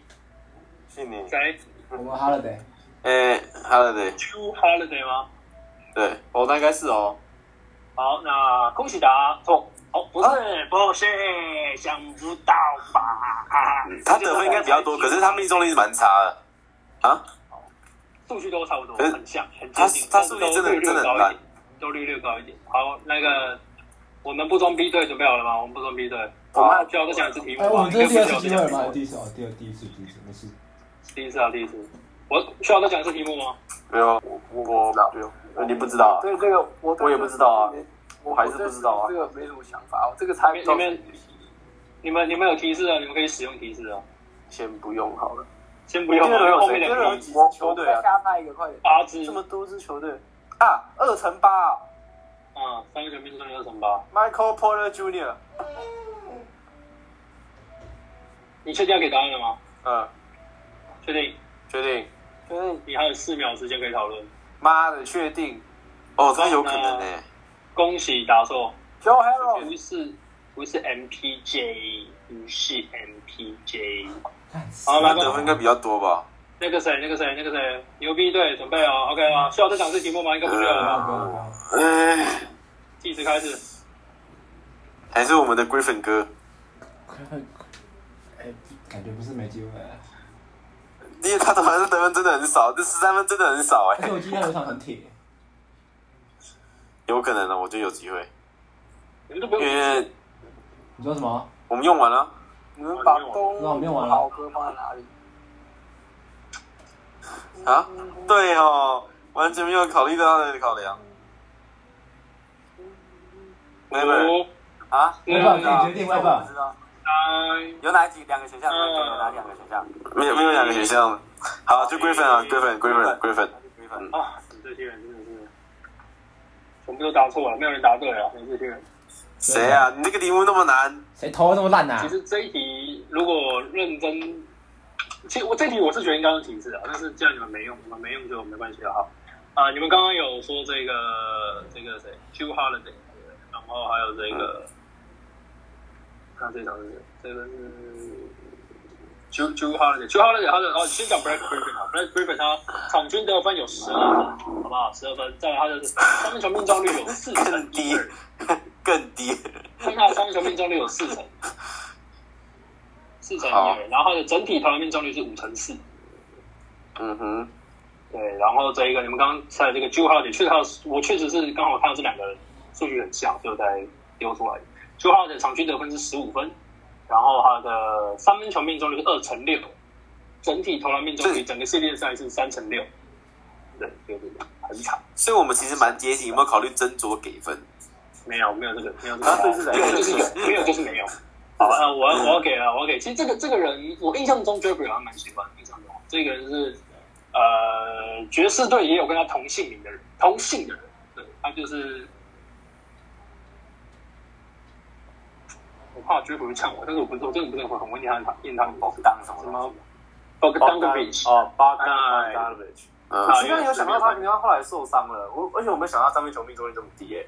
是你
谁
我们 Holiday
哎、哈勒的，
？Two Holiday 吗？
对，哦，那应该是哦。
好，那恭喜答错。哦，不是，
啊
不是，想不到吧？
嗯他得分应该比较多，可是他命中率是蛮差的。啊，
数据都差不多，
可是
很像，很接
他
近。
他数据真
都
的
略
真的很
高一
烂
点，。都略略高一点。好，那个我们不装逼队准备好了吗？我们不装逼队，我们需要再讲一次题目
哎，我
吗？
们这是第二
应该
次
不
机
需要
会
再讲一次题目
吗？第一次哦，第二第一次第一次没事。
第一次啊，第一次。我需要再讲一次题目吗？
没有，我我不用，呃你不知道啊？
对这个我
我也不知道啊，
我
我还是不知道啊
我对这个没什么想法，我这个猜不
你
到。
们你们你们有提示啊？你们可以使用提示啊。
先不用好了。
先不用啊
第二轮有谁
后面
第二
两
轮
题
几支
我
球
我
队
再
啊？
加猜一个，快点。
八支
这，么多支球队啊，二乘八、
嗯，三个球命中率二乘八。
m i c h a e l Porter Jr.，
你确定要给答案了吗？
嗯，
确定，
确定。
就是
你还有四秒时间可以讨论。
妈的，确定？哦，他有可能呢、
恭喜答错，
Joe Harrell，
不是不是 MPJ，不是 MPJ。
看
好，来吧
他得分应该比较多吧？
那个谁，那个谁，那个谁，牛逼队准备哦，OK 啊，需要再讲这题目吗？应该不需要了吧？
不要不要，
哎，
计时开始，
还是我们的 Griffin 哥，
快快！哎，感觉不是没机会啊。
因为他的反正得分真的很少，这十三分真的很少哎、
而且我记得他有一场很铁，
有可能啊呢，我觉得有机会，
你们都不
因
用
为
你说什么？
我们用完了，
你们把公
那我们用完了
豪哥放在哪里？
啊？对哦，完全没有考虑到他的考量。Never
五、
啊？
嗯
来吧，自己决定，来
我
吧
不知。道
三、
有哪几两个选项？
嗯
有哪两个选项？
没有没有两个选项，好就 Griffin 啊，Griffin Griffin Griffin，
啊，你们这些人真的是全部都答错了，没有人答对啊，你们这些人。
谁啊？你这个题目那么难，
谁投的这么烂
其
啊？
实这一题如果认真，其实我这题我是觉得应该是提示啊，但是既然你们没用，你们没用就没关系了哈。啊、你们刚刚有说这个这个谁，Q Holiday，然后还有这个，看这场是谁这个是 Q Q Holiday，Q Holiday 他的哦，先讲 Black Griffin 啊，Black Griffin 他场均得分有十二分，好不好？十二分，再来他的三分球命中率有四成
更
一
低
二，
更低。
但他的三分球命中率有四成，四成一
好
二，然后他的整体投篮命中率是五成四。
嗯哼，
对，然后这一个你们刚刚猜的这个 j u h a 确实他的我确实是刚好看到这两个数据很像，所以我才丢出来。j u h a 的场均得分是十五分，然后他的三分球命中率是二乘六，整体投篮命中率整个系列赛是三乘六，对，就是很惨。
所以我们其实蛮接近，有没有考虑斟酌给分？
没有，没有这个，没有这
啊这是
个，
哪
没
一
有就
个
是有，没有就是没有。好，呃，我要我要给了，我要给。其实这个这个人，我印象中 j e f f r e y 还蛮喜欢的，印象中这个人是呃爵士队也有跟他同姓名的人，同姓的人，对他就是。我怕 j e f f r e y 会呛我，但是我不是，我真的不是很很问他他印他的名字
当什
什
么？
么 Bogdanovich，
哦，巴丹
哎
巴丹维奇。
嗯
啊，
我刚刚有想到他，你看后来受伤了，我而且我没想到三分球命中率这么低耶。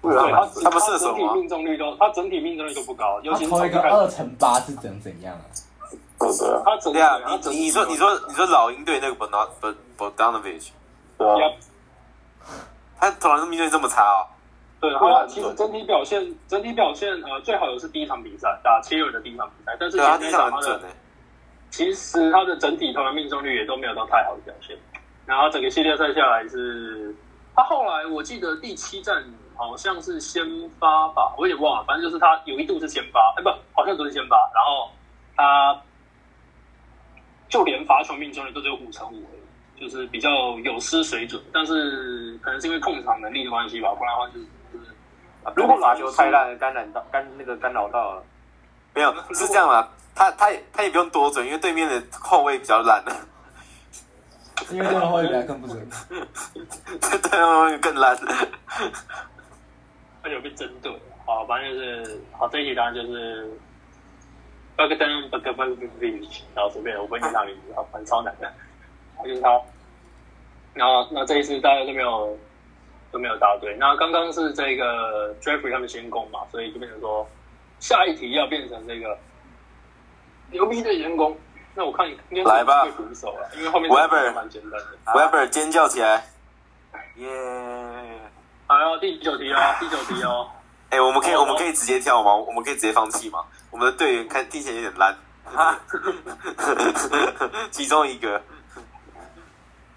对他
他不射
整
手
体
吗
命中率都，他整体命中率都不高，尤
他
其是
投一
从
个
开始
二乘八是怎怎样啊？
对对
他整体
对啊，
他整
你
体
你说你说你说老鹰队那个 b o n a b o d a n o v i c
对啊，
他投篮命中率这么差哦？
对，然后其实整体表现，整体表现，呃，最好的是第一场比赛打切尔的第一场比赛，但是
对啊，他
前
第一
面
场
场他
很准
的
诶。
其实他的整体投篮命中率也都没有到太好的表现，然后整个系列赛下来是，他后来我记得第七战好像是先发吧，我有点忘了，反正就是他有一度是先发，哎不，好像不是先发，然后他就连罚球命中率都只有五成五而已，就是比较有失水准，但是可能是因为控场能力的关系吧，不然的话就是就是。
啊如果罚球太烂，干扰到干那个干扰到了，
没有，是这样啦。他他也他也不用多准，因为对面的 <laughs> 后卫比较烂，
是因为这个后卫比他 <laughs> 更不准。
对方后卫更烂。
而且被针对。好，反正就是好，这一题答案就是巴格登巴格巴格 beach，然后随便我不会念他名字，好，反正超难的，他就是他。然后那这一次大家都没有都没有答对。那刚刚是这个 Jeffrey 他们先攻嘛，所以就变成说下一题要变成这个牛逼的员工。那我看你应该是
来吧
会鼓手啊了，因为后面
Weber
蛮简单的。
<laughs> Weber 尖叫起来！
耶！
好，然后第九题哦，第九题哦。
哎、我们可以
哦
我们可以直接跳吗？我们可以直接放弃吗？我们的队员看听起来有点烂， <laughs> 其中一个。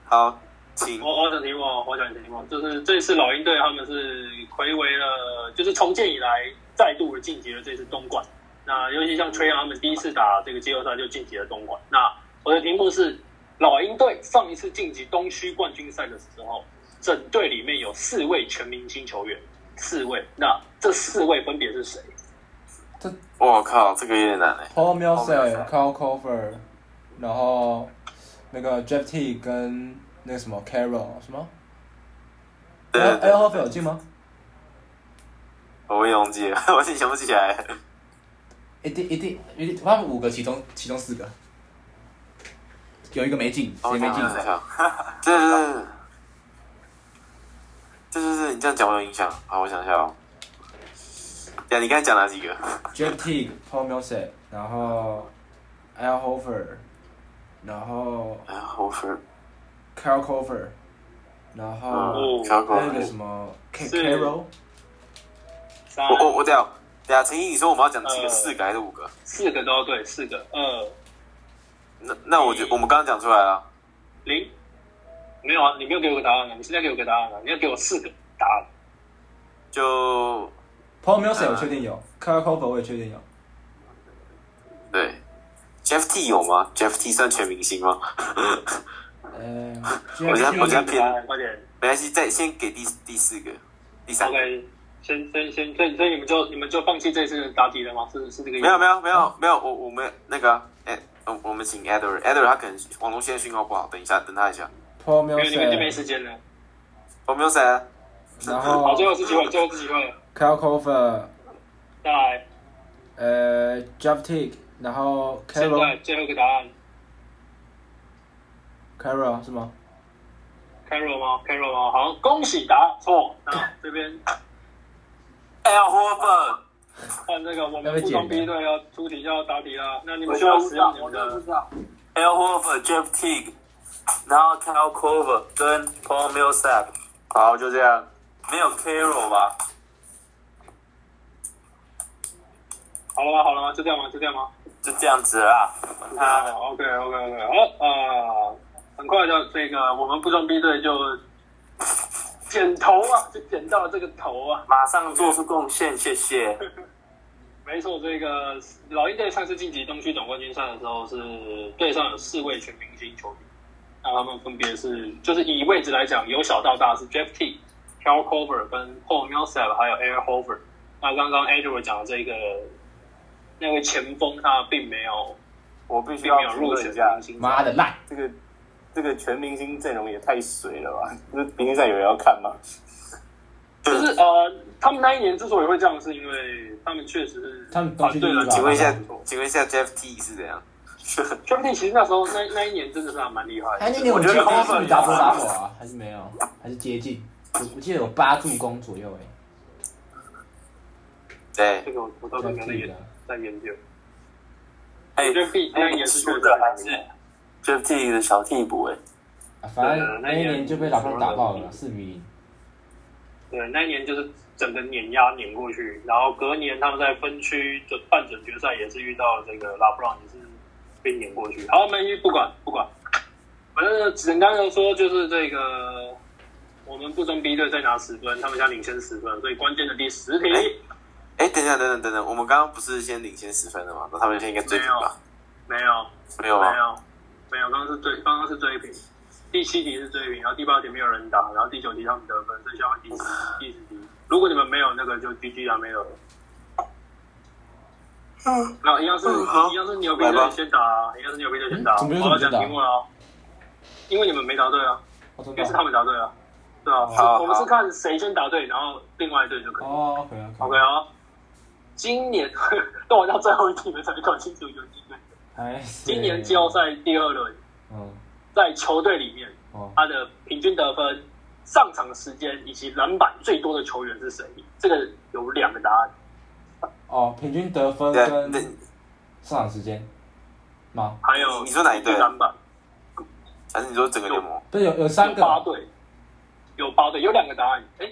好，请
我我想题目哦，我想题目，就是这次老鹰队他们是回违了，就是重建以来再度的晋级了这次东莞。那尤其像吹阳他们第一次打这个季后赛就晋级了东莞。那我的题目是老鹰队上一次晋级东区冠军赛的时候，整队里面有四位全明星球员，四位。那这四位分别是谁？
我靠，这个有点难哎、
Paul
<laughs>
Millsap、Kyle Korver，然后那个 Jeff T 跟那个什么 Carroll 什么
对对
L L
对，
h o f 有进吗？
我也忘记了， <laughs> 我已经想不起来。
一定一定一定，他们五个其中其中四个，有一个没进，谁没进？
这是， <laughs> 这就是你这样讲会有影响。好，我想一下哦。呀，你刚才讲哪几个？
Jeff Teague、Paul Millsap，然后 Al Hofer，然后
哎呀，我分
Kyle Korver，然后
嗯，小狗。
还有一个什么 K
哦是
Carroll，
三
我我我等一下，等啊一下，陈毅，你说我们要讲几个？
呃
四个还是五个？
四个都要对，四个呃二
那那我觉我们刚刚讲出来了。
零。没有啊，你没有给我个答案啊！你现在给我个答案啊！你要给我四个答案。
就
Paul Millsap
嗯
我确定
啊
有，Kyle Korver 我也确定有，
对，Jeff T 有吗？Jeff T 算全明星吗？ <laughs>
呃
我现在我现在
，Jeff T，
偏，
快点，
没关系，再先给第第四个，第三个。
OK，先先先，所以所以你们就你们就放弃这次的答题了吗？是是这个意思？
没有没有没有没有，我我们那个啊哎、我我们请 Edward，Edward 他可能网络现在讯号不好，等一下等他一下。
，Paul
没有，哦你们就没
Millsap，
时间了。
我没有谁啊，
然
好，
后
最后一次机会，最后一次机会，
Kyle Korver，
再来，
呃，Jeff Teague，然后
现
Carroll
在最后一个答案
Carroll 是吗？
，Carol 吗？Carol 吗？好，恭喜答错。那这边
L 霍本，
换这个我们不装逼队要出题要答题啦。那你们
我
需要
就不
使
知道
用，你
我
们
就不
的
知道。L 霍本、Jeff Teague，然后 Cal Cover 跟 Paul Millsap，
好就这样。
没有 Carroll 吧？
好了吗？好了吗？就这样吗？就这样吗？
就这样子啦。
啊，OK OK OK，好，呃，很快就这个我们不装逼队就剪头啊，就剪到了这个头啊。
马上做出贡献，谢谢。
没没错，这个老鹰队上次晋级东区总冠军赛的时候，是队上有四位全明星球员，那他们分别是，就是以位置来讲，由小到大是 Jeff T、Cal Cover 跟 Paul Millsap，还有 Air Hover。那刚刚 Edward 讲的这个那位前锋，他并没有
我必须
并
要
没有
评
入
论
选
一下
明，星赛
妈的烂！
这个这个全明星阵容也太水了吧？这明星赛有人要看吗？
就是呃，他们那一年之所以会这样，是因为他们确实是
他们东区
对了
第一吧
啊请问一下
不错，
请问一下 Jeff T 是怎样？
j e f T 其实那时候那那一年真的是还蛮厉害的，
哎，那年我
我觉得
记得
Crawford
是不是打火打火啊，还是没有，还是接近。我我记得有八助攻左右哎、
对，
这个我我倒是
欸，
没有在研
的。
在研究。
哎
j e f T 那一年是
输
确实
的还
蛮厉害
是 Jeff T 的小替补哎，
啊，反正
那
那
一
一
年
年就被老胖打爆了，四比零。
对，那一年就是整个碾压碾过去，然后隔年他们在分区准半准决赛也是遇到这个拉布朗，也是被碾过去。好，我们不管不管，反正简单的说就是这个，我们不中 B 队再拿十分，他们现在领先十分，所以关键的第十题，
哎哎，等一下，等等等等，我们刚刚不是先领先十分了吗？那他们现在应该追平吧？
没有
没有
没
吗？
有没有，刚刚是追刚刚是追平，第七题是追平，然后第八题没有人打，然后第九题他们得分，剩下第十第十题，如果你们没有那个就 GG 啊，没有了。嗯，那一样是、
嗯好
一样是牛逼
来吧
队先打啊，一样是牛逼队先打啊。
嗯怎么又
我要
是
讲
牛逼队
题目了哦，因为你们没答对啊，
哦，真
因为是
的
他们答对啊，对啊，
好
我们是看谁先答对，然后另外一队就可以。
哦，OK OK，
OK 哦，今年 <laughs> 跟我到最后一题你们才搞清楚有几队。
还是
今年季后赛第二轮，
嗯
在球队里面，
哦，
他的平均得分、上场时间以及篮板最多的球员是谁？这个有两个答案。
哦，平均得分
对啊，那
跟上场时间吗？
还有
你说哪一队
平
啊
均篮板
还是你说整个联盟？
对，有有三个
有八队，有八队，有两个答案。哎，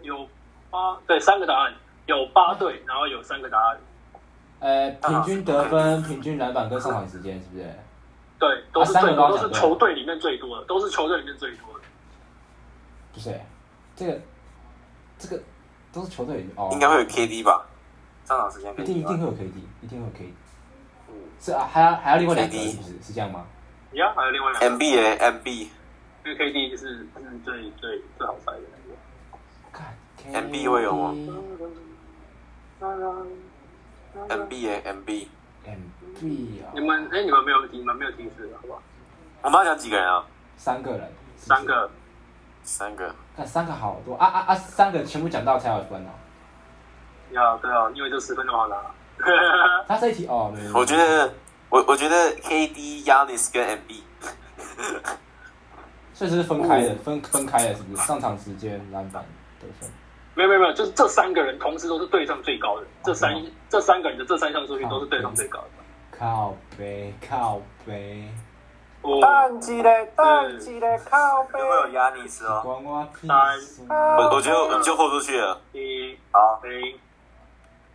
有八对三个答案，有八队，然后有三个答案。
呃，平均得分、平均篮板跟上场时间是不是？
对，都是
啊三个
最多，都
都是
是
两个
球队里面最多的，都是球队里面最多的。
不是欸，这个这个都是球队里面哦，
应该会有 KD 吧？
上场时间
一
跟
定一
你
定
吗
会有 KD，一定会有 KD。是
嗯
啊，还要还要另外两个
KD
是不是？是这样吗？
你看，还有另外两个，
？MB 哎，MB
因为 KD 是是最最最好猜的。
看
MB 会有吗 MB 哎，MB。
？MB 啊，
你们哎，你们没有提，你们没有提示，好不好？
我们要讲几个人啊？
三个人，是不是
三，个。
三个。
看三个好多啊啊啊！三个全部讲到才有分哦。
要对啊，因为这十分钟好拿。 <laughs>
他这一题哦，没有
我觉得，我我觉得 KD、Yanis 跟 MB
所以这是分开的，分分开的，是不是？上场时间、篮板、得分。
没有没有没有，就是这三个人同时都是队上最高的，这三这三个人的这三项数据都是队上最高的。
靠背，靠背，
哦
我
弹起来，弹
弹
起
起
来，靠背
会。有压力是哦。
关我屁
三
事！
啊我我觉得我就豁出去了。
一
好，
零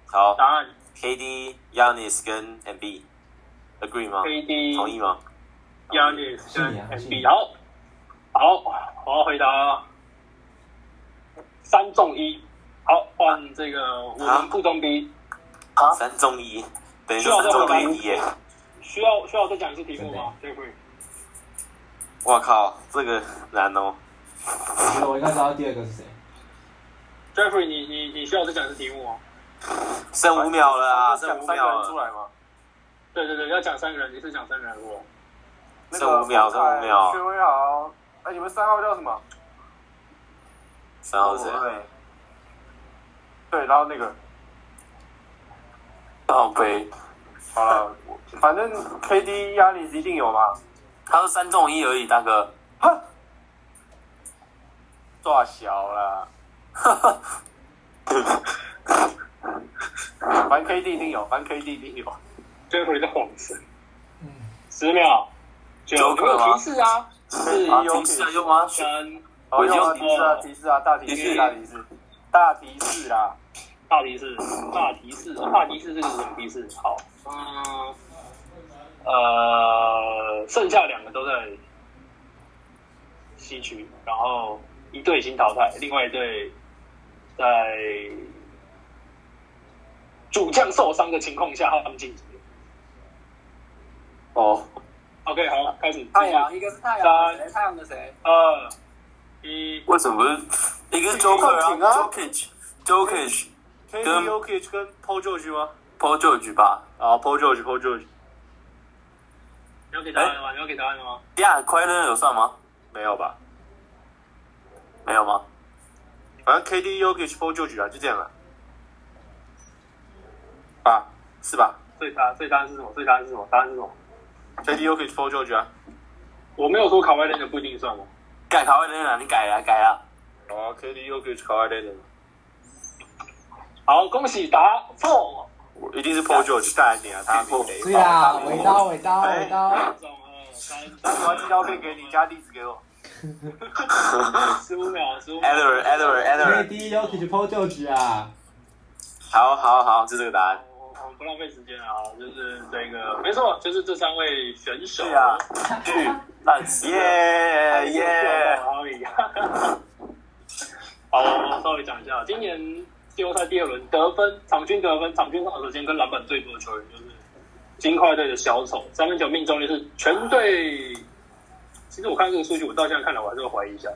好
答案
，KD、Yanis 跟 MB，agree 吗？
KD
同意吗？
Yanis
是你啊
跟
是你
MB。好，好，我要回答三中一。好，换这个我
啊
们不中 B，
三中一，等于说三中跟一耶！
需要需要我再讲一次题目吗？Jeffrey，
我靠，这个难哦。
我觉得我应该知道第二个是谁。
Jeffrey，你你你需要我再讲一次题目吗？
剩五秒了啊，
讲
剩五
三个
秒
人出
了，
来吗？
对对对，要讲三个人，你是讲三个人我。
那
剩
个
五秒，
丰
剩
凯
五秒
薛。威豪，哎，你们三号叫什么？
三号是谁？
哦对，对，然后那个，
靠
哦
背，
好了，我反正 KD 压力一定有嘛。
他说三中一而已，大哥。
哈，大小啦，
<laughs>
反正 KD 一定有，反正 KD 一定有。
Jeffrey 在晃神。十秒，九
九
个
个
提
吗
示啊，四
啊
提示啊，用吗？
三
好，用啊
已经
提示啊，提示啊，大提
提
示，
示
大提示，大提示啦。
大提示，大提示，哦大提示这个是什么提示？好，嗯，呃，剩下两个都在西区，然后一队已经淘汰，另外一队在主将受伤的情况下，他们晋级。
哦，
OK，好，开始。呃
太阳，一个是太阳的
哎
谁？太阳的谁？
二一，
为什么不是一个 Joker
控停啊
啊，Jokic、Jokic、
可以
跟
o k 跟 Paul George 吗？
Paul George 吧？
啊，Paul George，Paul George
你要给答案了吗？你要给答案了吗？
呀，快乐有算吗？
没有吧？
没有吗？
反正 KD、Yokic、Paul George 啊，就这样了。吧，啊是吧
所以答，所以答案是什么？所以答案是什么？答案是什么？
？KD、Yokic、Paul George 啊。
我没有说卡外那个不一定算吗？
改卡位的了，你改啊改啊！
哦，KD、Yokic、卡瓦雷的，
好，恭喜答错。
一定是 Paul George 带
<laughs>
你啊，他没
是
雷。
啦，尾刀尾刀
哎
尾刀，
总二三，
我要寄照片给你，加地址给我。
十五秒，十五
e
秒
d。w a r d e d w a r d e d w a r
k
d
D Yoki 去 PO 旧址啊，
好好好，就这个答案。
我我们不浪费时间啊，就是这个，没错，就是这三位选手。
对啊，去烂死了！
哎耶耶！
好一样。好，我稍微讲一下，今年季后赛第二轮得分场均得分场均上手时间跟篮板最多的球员就是金块队的小丑，三分球命中率是全队。其实我看这个数据，我到现在看了，我还是会怀疑一下。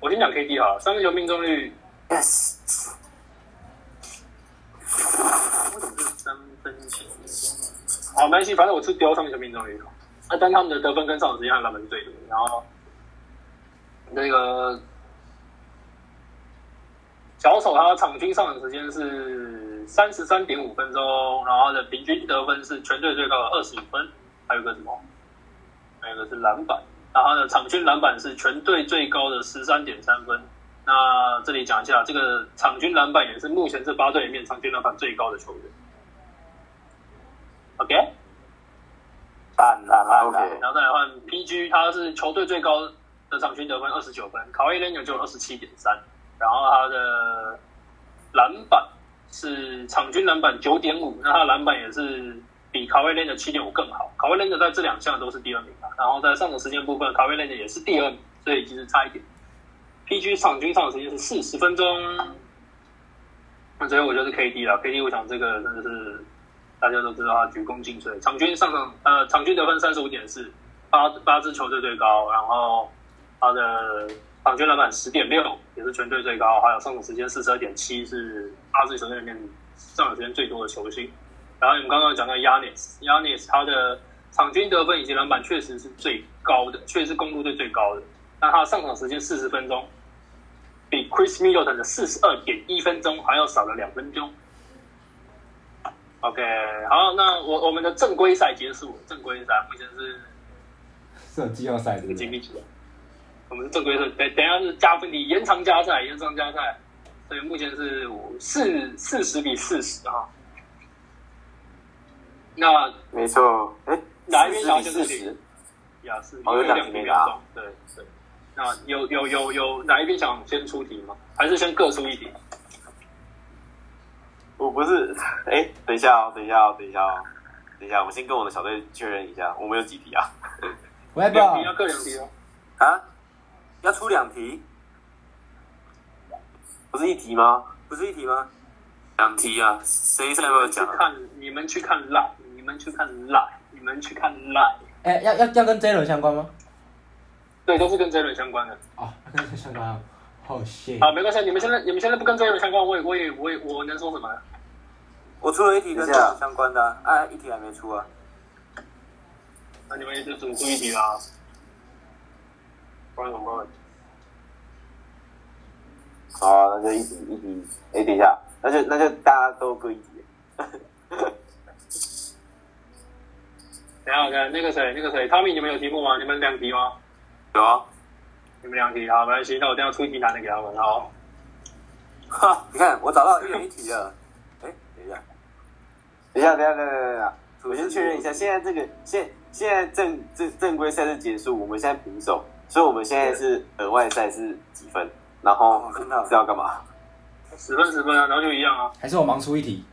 我先讲 KD 好了，三分球命中率
Yes，
为什么是三分球？好，没关系，反正我是丢三分球命中率。那但他们呃的得分跟上手时间和篮板是最多的，然后那个小丑他场均上场时间是三十三点五分钟，然后他的平均得分是全队最高的二十五分，还有一个什么？还有一个是篮板，然后他的场均篮板是全队最高的十三点三分。那这里讲一下，这个场均篮板也是目前这八队里面场均篮板最高的球员。OK，
烂啦烂啦
OK
然后再来换 PG，他是球队最高的场均得分二十九分，卡哇伊雷纽就有二十七点三，然后他的篮板是场均篮板九点五，那他的篮板也是比卡威雷的七点五更好。卡威雷的在这两项都是第二名啊，然后在上场时间部分，卡威雷的也是第二名，所以其实差一点。PG 场均上场时间是四十分钟，那所以我就是 KD 了。KD 我想这个真的是大家都知道他鞠躬尽瘁，场均上场呃场均得分三十五点四，八八支球队最高，然后他的场均篮板十点六也是全队最高，还有上场时间四十二点七是八支球队里面上场时间最多的球星。然后你们刚刚讲到 Yanis，Yanis 他的场均得分以及篮板确实是最高的，确实是公路队最高的。那他上场时间四十分钟，比 Chris Middleton 的四十二点一分钟还要少了两分钟。OK，好，那我我们的正规赛结束，正规赛目前是
是有季后赛对不
几比
对？
几？啊我们是正规赛，等等一下是加分题，延长加赛，延长加赛，所以目前是五四四十比四十啊。那
没错，哎，
哪一边想要先
四十比
出
四
题
十？
雅思，
哦有
因为
两题
边
没答
中，对对。那有有有有哪一边想先出题吗？还是先各出一题？
我不是， <laughs> 哎，等一下哦，等一下哦，等一下哦，等一下，我先跟我的小队确认一下，我们有几题啊？
喂
两题要
吧，
各两题哦。
啊！要出两题，
不是一题吗？
不是一题吗？两题啊！谁赛没有
去
讲啊？
看你们去看 live，你们去看 live，你们去看 live。
哎，要要要跟 J 轮相关吗？
对，都是跟这一轮相关的。
哦，跟这相关啊，
哦
好 shit，
啊，没关系，你们现在你们现在不跟这一轮相关，我也我也我也我能说什么？
我出了一题跟这个相关的啊啊，一题还没出啊。
那你们也就只出一啊题啦。不然怎么办？
好啊，那就一题一题。哎，等一下，那就那就大家都各一题。
等一下看那个谁，那个谁，汤米，你们有题目吗？你们两题吗？
有啊，
你们两题，好，没关系，那我等一下出一题难的给他们，好。
哈，你看我找到一人一题了。哎，等一下，
等一下，等一下，等一下，等一下，我先确认一下，现在这个现现在正正正规赛事结束，我们现在平手，所以我们现在是额外赛是几分？然后
我看到了
是要干嘛？
十分十分啊，然后就一样啊，
还是我盲出一题？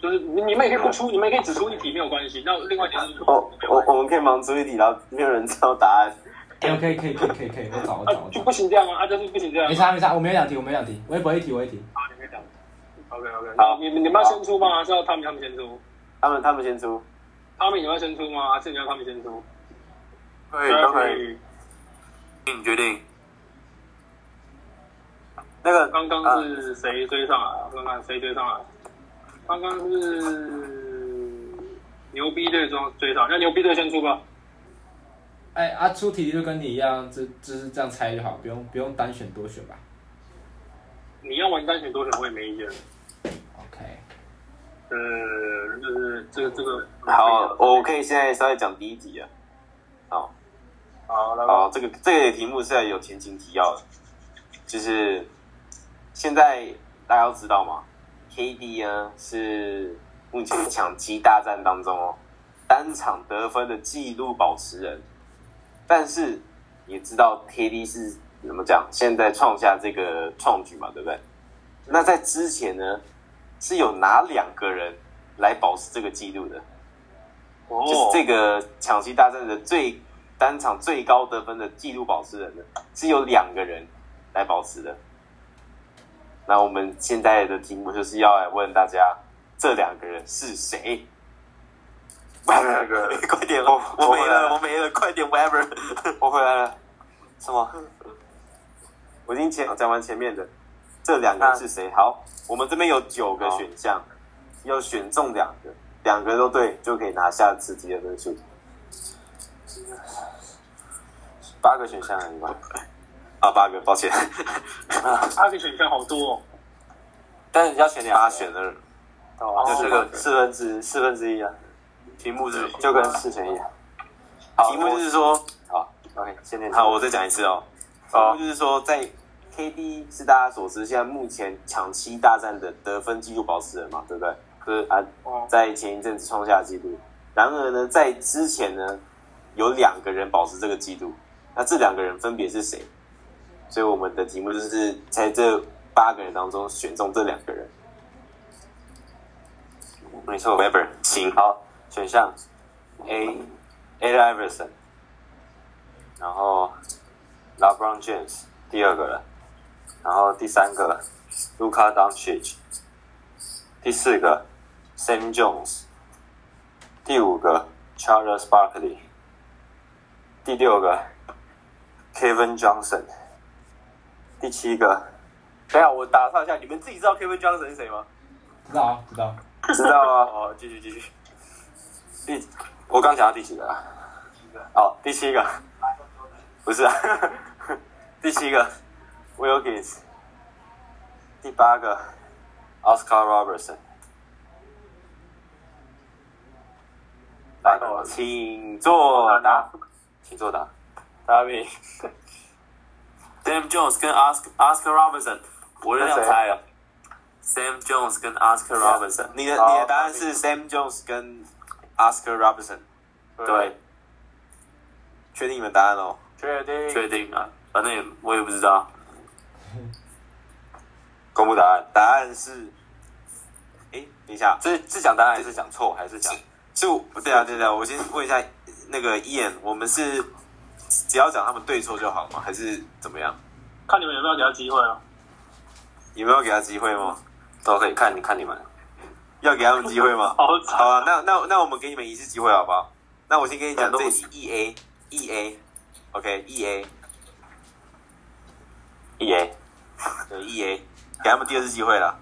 就是你你们也可以不出，你们也可以只出一题没有关系。那另外一题是
哦，我我们可以忙出一题，然后没有人知道答案。
哎可以可以可以可以可以，我找我找
啊
我
就
找
不，行这样啊，啊就是不行这样
没
啊。
差没差，我没有两题，我没有两题，我也不会一题，我一题。
好，你们讲。 OK OK，那你们你们要先出吗？还是要他们他们先出？
他们他们先出，
他们你们要先出吗？还是你要他们先出？
可以都可以，。你决定。
那个
刚刚是谁追上来啊？我看看谁追上来。刚刚是牛逼队中追上，那牛逼队先出吧。
哎，啊，出题就跟你一样，这就是这样猜就好，不用不用单选多选吧。
你要玩单选多选，我也没意见。
OK，
呃，就是这个这个。
好，我可以现在稍微讲第一集啊。好，
好，来吧。
好，这个这个题目是要有前情提要的，就是现在大家都知道嘛，KD 呢是目前抢七大战当中哦，单场得分的纪录保持人，但是也知道 KD 是怎么讲，现在创下这个创举嘛，对不对？那在之前呢，是有哪两个人来保持这个纪录的？就是这个抢七大战的最单场最高得分的纪录保持人呢，是有两个人来保持的。那我们现在的题目就是要来问大家，这两个人是谁？
两个
<laughs> 快点，我我没
我回来
了，
了
我没了，快点，Weber，我回来了。什么？我已经前讲完前面的，这两个人是谁？好，我们这边有九个选项，要选中两个，两个都对就可以拿下此题的分数。八个选项而已吧？啊，八个，抱歉，
他的选项好多哦。
但是要选
八选二，
好
就是个
四分之四分之一啊，
哦题目是
就跟四选一样。
好
题目就是说，
OK，先念
好，我再讲一次哦。
好
就是说，在 KD 是大家所知，现在目前抢七大战的得分纪录保持人嘛，对不对？
是
啊，
哦，
在前一阵子创下纪录。然而呢，在之前呢，有两个人保持这个纪录，那这两个人分别是谁？所以我们的题目就是在这八个人当中选中这两个人。没错，Weber，请好选项 A A Iverson，然后 LeBron James 第二个人，然后第三个 Luka Doncic，第四个 Sam Jones，第五个 Charles Barkley，第六个 Kevin Johnson，第七个
等一下我打岔一下，你们自己知道 Kevin Johnson 是谁吗？
知道啊，知道。
知道啊，
<laughs> 哦，继续继续。
第我刚讲到第几个啊？哦，第七个，不是啊， <laughs> 第七个 Wilkins，第八个 Oscar Robertson。来，请作答，请作答。
大卫，
Sam Jones 跟 Oscar Oscar Robinson，我就想猜了。Sam Jones 跟 Oscar Robinson，
你的你的答案是 Sam Jones 跟 Oscar Robertson，
对，
确定你们答案哦。
确定
确定啊，反正也我也不知道。
公布答案，答案是，哎，等一下，
是是讲答案还是讲错还是讲？
是我，对啊，对啊，我先问一下那个 Ian，我们是只要讲他们对错就好吗？还是怎么样？
看你们有没有给他机会啊？
有没有给他机会吗？
都可以看，你看你们。
要给他们机会
<laughs>
吗？
好惨
好啊，那那那我们给你们一次机会好不好？那我先跟你讲
对
这
都
一题 E A E A OK E A
E A，
对 E A，给他们第二次机会了。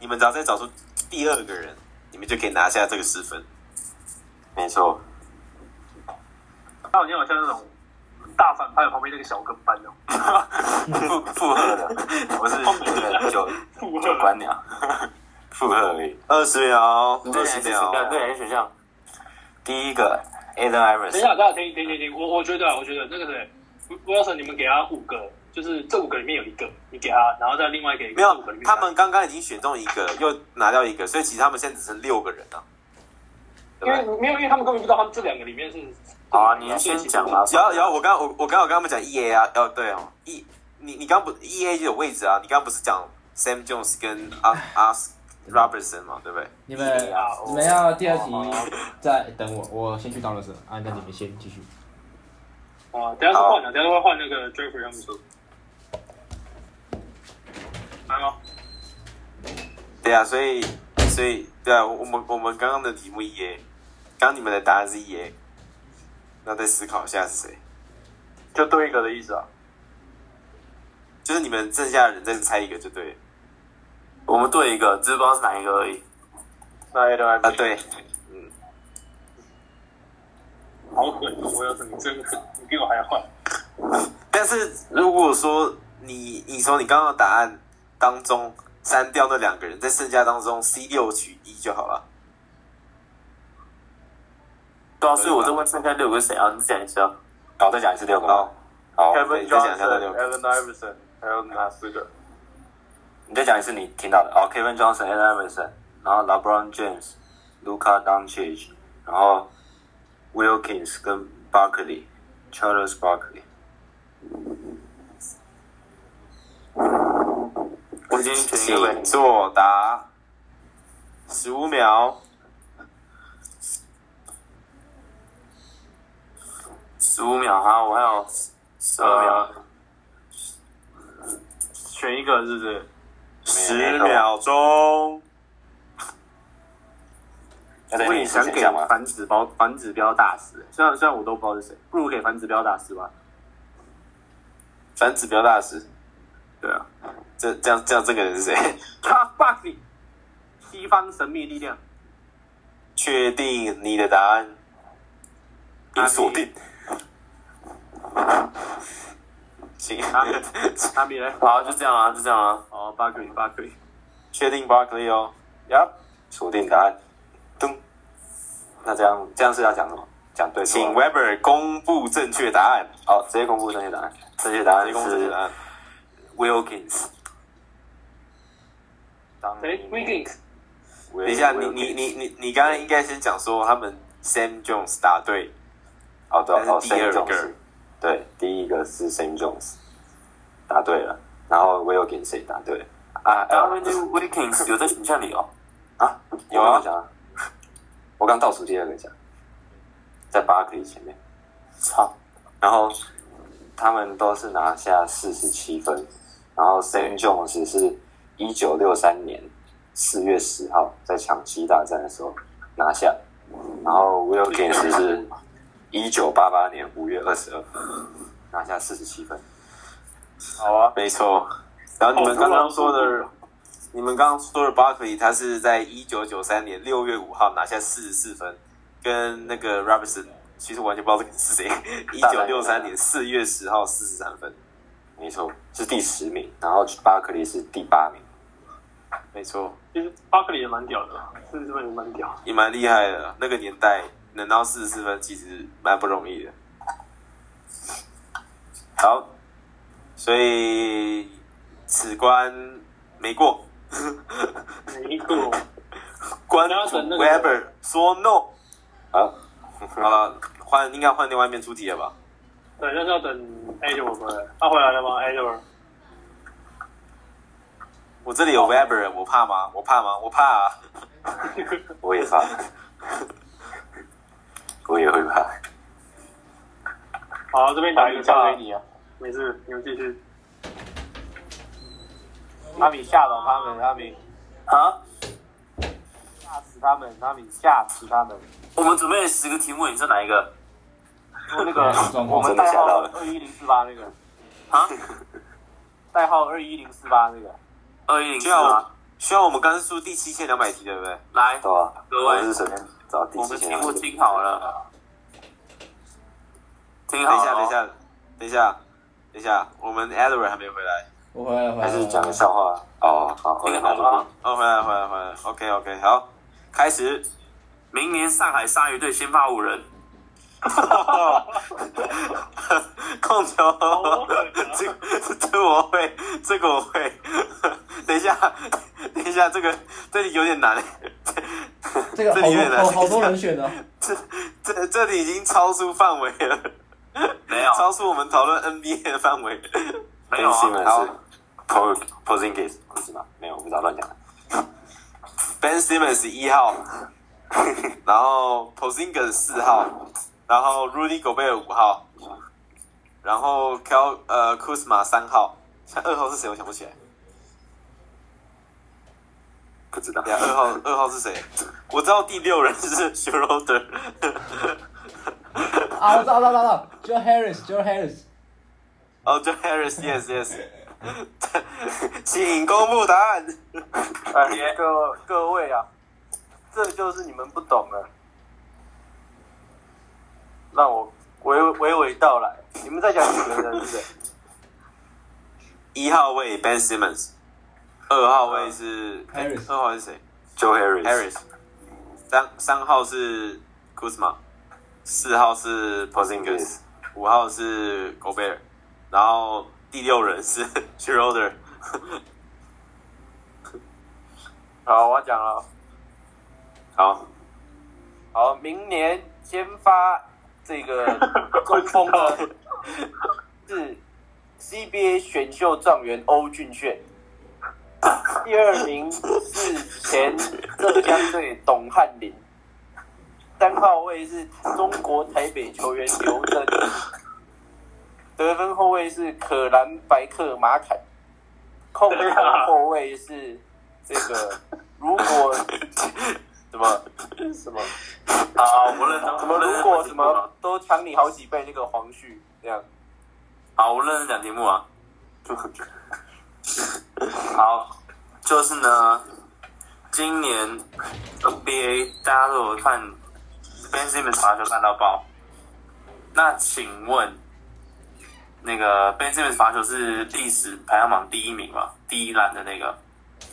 你们只要再找出第二个人，你们就可以拿下这个十分。
没错。
他好像好像那种大反派旁边那个小跟班哦。
<laughs>
附附和的，我是九九官鸟，附和而已。
二十秒，
对
二十秒，
两个选项，第一个 Allen
等一
Iverson，
下，大家停停停停，我我觉得啊，我觉得那个谁，Wilson，你们给他五个，就是这五个里面有一个，你给他，然后再另外给一个
没有
五个里，面给
他们刚刚已经选中一个，又拿掉一个，所以其实他们现在只剩六个人了。对
因
不
为
对？
没有，因为他们根本不知道他们这两个里面是。
好啊，你先讲吧。
然后，然后我刚我我刚好跟他们讲 E A 啊，哦对哦，E 你你刚不 E A 就有位置啊，你刚不是讲 Sam Jones 跟 Os Os Robertson 嘛，对不对？
你们你们要第二题再等我，我先去当老师啊，那你们先继续。
啊，等一下是换的，等一下会换那个哦 Jeffrey 他们出。来吗？
对啊，所以所以对啊，我们我们刚刚的题目 E A，刚刚你们的答案是 E A，那再思考一下是谁，
就对一个的意思啊。
就是你们剩下的人再猜一个就对了
我们对一个，只是不知道是哪一个而已。
那 A 的外
啊，对，
好狠！我有什么真狠？你比我还坏。
但是如果说你你从你刚刚的答案当中删掉那两个人，在剩下当中 C 六取一就好了。
对啊，所以我就问剩下六个谁啊？你讲一下。好，再讲一次六个。
好，
好，
对
Kevin
你再讲一下那
Johnson、
六个
Allen Iverson，还有哪四个？
你再讲一次你听到的。哦，Kevin Johnson、Allen Iverson，然后 LeBron James、Luka Doncic，然后 Wilkins 跟 Barkley、Charles Barkley。
我已经选一位
请，作答，十五秒，
十五秒哈，我还有
十二秒，选一个是不是？
十秒钟。
要再
我
念
也
一次
想
选
给
项吗？
反指标反指标大师，虽然虽然我都不知道是谁，不如给反指标大师吧。
反指标大师，
对啊，
这这样这样这个人是谁？ <laughs>
啊
他 fuck 你，西方神秘力量，
确定你的答案，
已锁定。
请 <laughs>
阿米阿米嘞，
好，就这样啊，就这样啊，
哦 b u g 巴 y
确定 Barkley 哦。Yup，
锁定答案。咚。那这样这样是要讲什么？讲对错啊？
请 Weber 公布正确答案。
好，直接公布正确答案。正确答案
谁公布正确答
是
案？
Wilkins。
谁 w i g g i n s
等一下，你你你你你刚刚应该先讲说他们 Sam Jones 答对，
哦对哦
但是第二
，Sam
个
Jones，对，第一个是 Sam Jones，答对了，然后 Wilkins 谁答对了啊？
啊
呃
Wilkins
有在选项里哦？啊，
有啊
我刚刚讲我刚倒数第二个讲，在巴克利前面，
操，
然后他们都是拿下四十七分，然后 Sam Jones 是一九六三年四月十号在抢七大战的时候拿下，然后 Wilkins 是一九八八年五月二十二拿下四十七分。
好啊，
没错。然后你们刚刚说的，你们刚刚说的 Barkley，他是在一九九三年六月五号拿下四十四分，跟那个 Robinson 其实完全不知道这个是谁，一九六三年四月十号四十三分，
没错，是第十名，然后巴克利是第八名。
没错，
其实巴克利也蛮屌的，是日本也蛮屌。
也蛮厉害的。那个年代能到四十四分，其实蛮不容易的。好，所以此关没过，
没过，
关
你要
主
等那个
Weber 说 no。
好，
好了，换应该换另外一边出题了吧？
对，但是要等 Adler 回来。他回来了吗？Adler，
我这里有 Weber，我怕吗？我怕吗？我怕、啊。
我也
<laughs>
怕，我也会怕。
好，这边打一个
交
架
给，你啊。
没事，你们继续。
阿米吓倒他们，阿米
啊，
吓死他们，阿米吓死他们。
我们准备了十个题目，你是哪一个？
就那个
状
啊我们
况
真的
代
吓到
号
了
二一零四八那个，
啊，
代号二一零四八那个，
二一零四
需要
吗？
需要我们刚刚出第七千两百题，对不对？
来，
对啊，
各
我
位，
是随便找第
我
几
们题
天啊。
目听好了，听
等
好
一
了
下，
哦。
等一下，等一下，等一下，我们 Edward 还没回来。
我回来了，回来
还
了。
是讲个笑话哦。好，我
听好了哦。
哦，回来了，回来了，回来了。OK OK，好，开始。
明年上海鲨鱼队先发五人，
<laughs> 控球
我会啊，
这个 <laughs> 这个我会，这个我会。等一下，等一下，这个这里有点难。
这个好
这里面
多
来
好好多人选的，
<laughs> 这这这里已经超出范围了，
没有，
超出我们讨论 NBA 的范围。
没
没
有
有
啊。
好
Po Posingis 是吗？没有，我不知道乱讲的。
Ben Simmons 一号，然后 Porzingis 四号，然后 Rudy Gobert 五号，然后 Kel 呃 Kuzma 三号，像二号是谁？我想不起来。
不知道。
对啊，二号二号是谁？我知道第六人是 s c h r o d e r
啊，我知道，我知道，我知道，Joe Harris，Joe Harris，
哦，就 Harris yes yes，请公布答案。
哎，各各位啊，这就是你们不懂了。让我娓娓娓道来，你们在讲几个人是谁？
一号位 Ben Simmons，二号位是
Harris
二号位是谁
Joe Harris，,
？Harris，三三号是 Kuzma，四号是 Porzingis，五号是 Gobert，然后第六人是 <laughs> Schroeder。
好，我要讲了。
好，
好，明年先发这个 <laughs> 中锋呢是 CBA 选秀状元欧俊炫， <coughs> 第二名是前浙江队董翰林，三号位是中国台北球员刘真，得分后卫是可兰白克马坎，控球后卫是这个
<laughs>
如果什么什么。
好，我认真
什么如果什么都抢你好几倍那个黄旭这样。
好，我认真讲题目啊。好，就是呢，今年 NBA 大家都有看 Ben Simmons 罚球看到爆。那请问，那个 Ben Simmons 罚球是历史排行榜第一名嘛？第一栏的那个。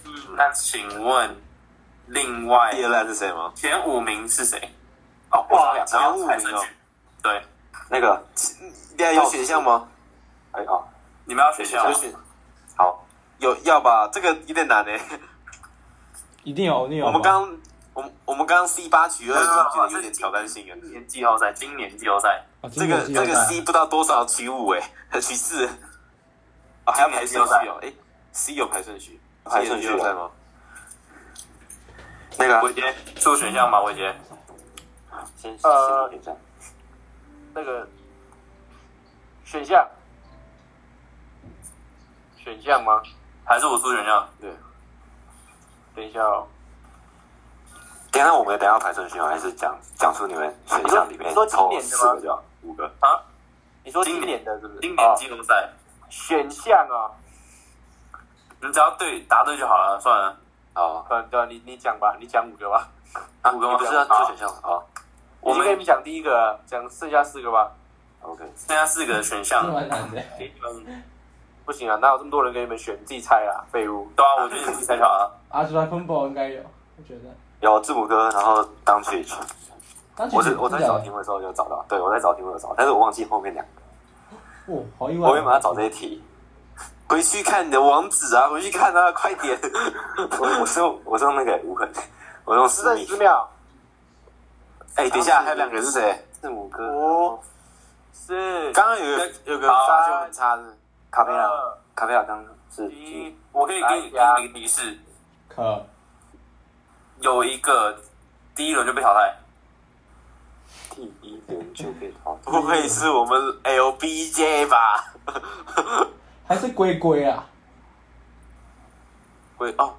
嗯
那请问，另外
第二烂是谁吗？
前五名是谁？哦，哇，
前五名哦。
对，
那个，
对啊，
有选项
吗？
哎哦，
你们要选项吗啊
有？选，好，
有要吧？这个有点难诶。
一定有，一定有。
我们
啊
刚我们我们刚 C 八取二，已经觉得有点挑战性了。啊
今年季后赛，今年季后赛，
啊
哦
这
今
个
年季后
这
赛
个 C 不知道多少取五
<laughs>
诶，取四，啊还要排顺序哦。哎，C 有排顺序，
排顺序啊
有在吗？
那个啊
伟杰出选项吧，伟杰。
先先
呃
选一下，
那个选项，选项吗？
还是我出选项？
等一下哦，
等一下我们等一下排顺序吗？还是讲讲出你们选项里面
你说今
抽
年的吗
四个就好，啊五个。
你说今
今年
年的是不是？
今年
哦
季后赛，
选项啊，
你只要对答对就好了，算了。
哦，
反正啊你你讲吧，你讲五个吧。
啊，
五
你
个吗
不是要出选项吗？哦
我
你跟
们
你讲第一个，讲剩下四个吧。
，OK，嗯
剩下四个选项
这，蛮难的。
给你们
不行啊，哪有这么多人给你们选？你自己猜啊，废物。
对啊，我觉得你自己猜就好了。
阿朱拉昆博应该有，我觉得。
有字母哥，然后当曲，
当
我是我在找题
哦
目的时候就找到，对我在找题目的时候，但是我忘记后面两个，，
哇哦好意外。
我原本要找这一题，
<laughs> 回去看你的网址啊，回去看啊， <laughs> 快点。
我我是用我是用那个无痕，我用
只
思
剩
密
十，秒，
哎，等一下，还有两个人是谁？
字母哥，
哦
哦
五、四、
刚刚有个有个
好
发球很差的，
卡佩拉，
啊
二、
卡佩拉刚刚是
一。
呃我可以给你给
啊
来呀
你一个提示，
可
有一个第一轮就被淘汰，
第一轮就被淘汰，
不会是我们 LBJ 吧？
还是龟龟啊？
龟哦，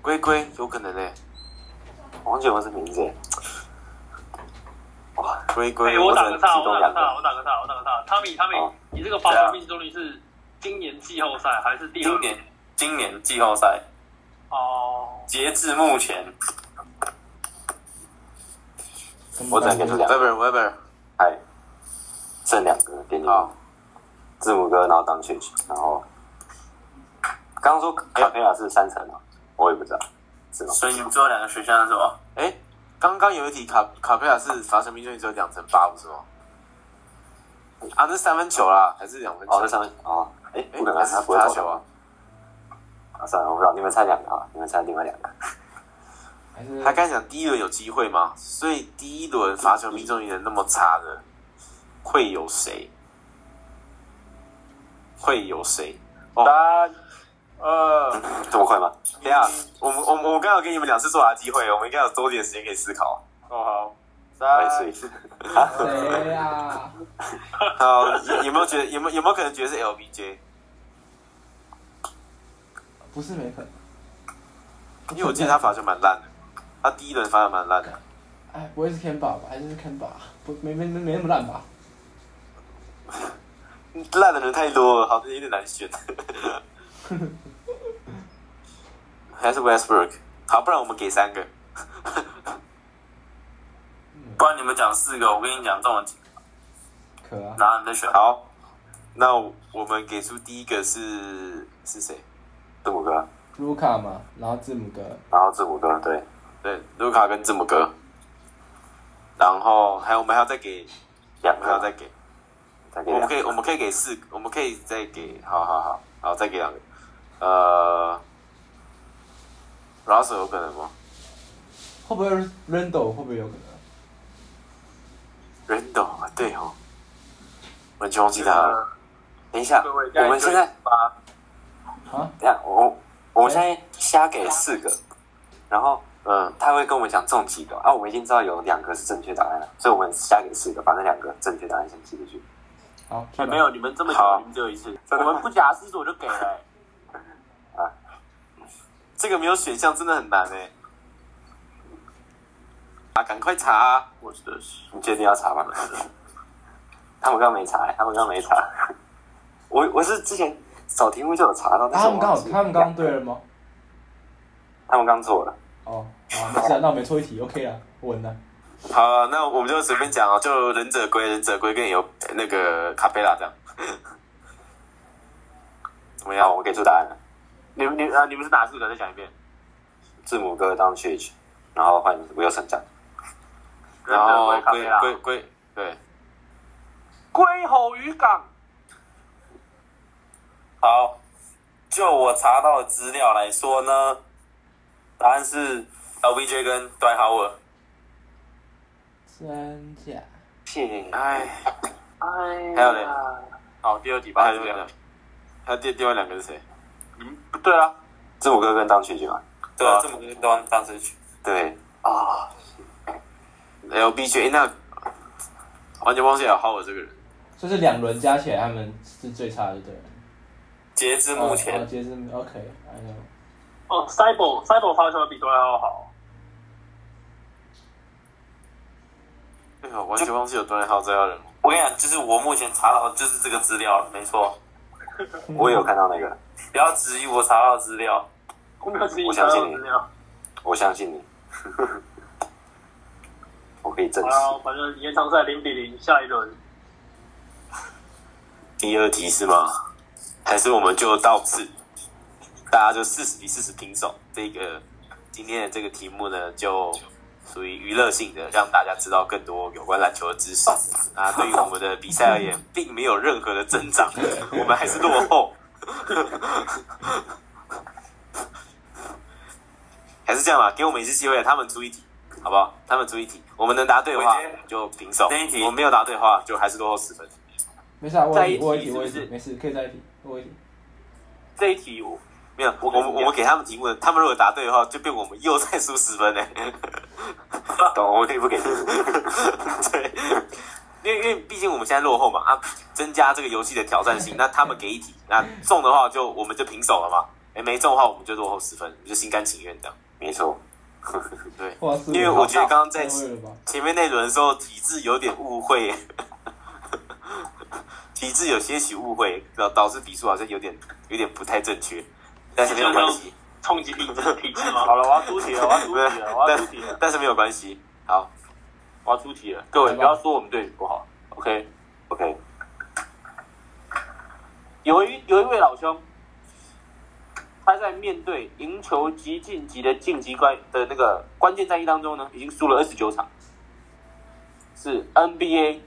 龟龟有可能诶，
我欸忘记我是名字耶，哇，
龟
哎、
龟，
我打
只
个
能
岔，
其中
我打个
两
岔，
个，
我打个岔，我打个岔。汤米，汤米
好，
你这个罚球命中率是今年季后赛还是第二
今年今年季后赛
哦，
截至目前
怎么
我只能给出两个，
，Weber Weber，
哎，剩两个给你们，字母哥，然后当曲，然后刚刚说卡佩拉是三层啊，我也不知道，是吗？
所以你们最后两个选项是什么？
哎，刚刚有一题卡卡佩拉是罚球命中率只有两成八，不是吗？啊，那三分球啦，还是两分
哦，这上面哦，哎，不可能，他不会
罚
投
球啊？
啊，算了，我不知道，你们猜两个啊，你们猜另外两个，
还是
他刚才讲第一轮有机会吗？所以第一轮罚球命中率能那么差的，会有谁？
会有谁？呃
三、二，
哦这么快吗？
等一下，我们我们我们刚好给你们两次作答机会，我们应该有多点时间可以思考。
哦好，
哎，
三
所以，
谁啊？
<laughs> 好，有有没有觉得有没有有没有可能觉得是 LBJ？
不是没可能。
因为我记得他罚球蛮烂的，他第一轮罚的蛮烂的，
哎，不会是 Can 吧？还是 Can 吧？不，没没没没那么烂吧？
烂的人太多了，好像有点难
<laughs>
选。还是 Westbrook，好，不然我们给三个。
不然你们讲四个，我跟你讲中了几个，
可啊，
然后你再选。
好，那我们给出第一个是是谁？
字母哥，
卢卡嘛，然后字母哥，
啊然后字母哥对，
对，卢卡跟字母哥，然后还有我们还要再给，
两
我们还要
个
再给，
再给
我们
两
可
个，
以我们可以给四个，我们可以再给，好好好，好再给两个，呃，Russell 有可能吗
会不会 Randall 会不会有可能？
？Randall 啊对哦，完全忘记他了，
等一下，
各
我
位该
们现在
八，
啊，
等一下我我现在瞎给四个，然后呃
嗯，
他会跟我们讲中几个啊，我们已经知道有两个是正确答案了，所以我们瞎给四个，把那两个正确答案先记进去。
好，
哎没有，你们这么久
好
你们只有一次，我
真的吗
们不假思索就给
<laughs>
了、
啊
这个没有选项真的很难哎，
欸
啊，赶快查啊、
我真的是，
你确定要查吗？他们刚没查、欸他们刚没查。我我是之前找题目就有查到，但
啊
是
他
我
们刚
忘
好
记
他们刚刚对了吗？
他们刚错了。
哦，好，没事啊，那我没错一题，OK 啊，我稳了。
好了，那我们就随便讲
啊
哦，就忍者龟，忍者龟跟有
呃
那个卡贝拉
<laughs>
这样，怎么样？
好，我给出答案了。
你们你们啊，你们是哪四个？再讲一遍。
字母哥当 c h a g e 然后换 Wilson 讲。
然后
咖啡
龟
啦
龟龟，对，
龟吼渔港，
好，就我查到的资料来说呢，答案是 LBJ 跟 d w i g h o w a r
真假？
哎，
哎，
还有嘞，哦
好，第二题吧，
还
还
有
有
两
两
个
个，，
还有第另外两个是谁？
不对啊，
字母哥跟当 c h a g e 嘛。嗯对
啊
字母哥当当 c h 对，啊
LBJ 那完全忘记了好我这个人，
就是两轮加起来，他们是最差的，对了。
截至
哦哦，截至 OK，I know。
哦，Cyber Cyber 发球比多拉奥好，
对哦，完全忘记有端浩这号人物。
我跟你讲，就是我目前查到就是这个资料，没错。我也有看到那个，不要质疑我查到的资料，
我没有自己
我相信你
资料。
我相
<laughs>
信你，我可以证
好啊
实。
了，反正延长赛零比零，下一轮
第二题是吗？还是我们就到此，大家就四十比四十平手。这个今天的这个题目呢，就属于娱乐性的，让大家知道更多有关篮球的知识。那对于我们的比赛而言，并没有任何的增长，我们还是落后。 <laughs> 还是这样吧，给我们一次机会，他们出一题，好不好？他们出一题，我们能答对的话
我觉得
就平手
这一，题
我们没有答对的话就还是落后十分。
没事啊，我
再一
有一题我有一题，
题
我有一
是
题，没事，可以再一题，我有一题。
这一题我
没有，我我们我们给他们题目，他们如果答对的话，就变我们又再输十
<laughs>
分呢。
懂？我可以不给你。
对，因为因为毕竟我们现在落后嘛，啊，增加这个游戏的挑战性。那他们给一题，那中的话就我们就平手了嘛。哎，没中的话我们就落后十分，我们就心甘情愿这样。
没错，
<laughs> 对，
哇塞，
因为我觉得刚刚在
太会了吧？
前面那轮的时候体质有点误会，体质有些许误会，导导致比数好像有点有点不太正确，但是没有关系。
冲击体质体质吗？
好了，我要出题了，我要出题了，我要出题了，
但是没有关系。好，
我要出题了，各位不要说我们对你不好，OK。
OK，
有一有一位老兄，他在面对赢球及晋级的晋级关的那个关键战役当中呢，已经输了二十九场，是 NBA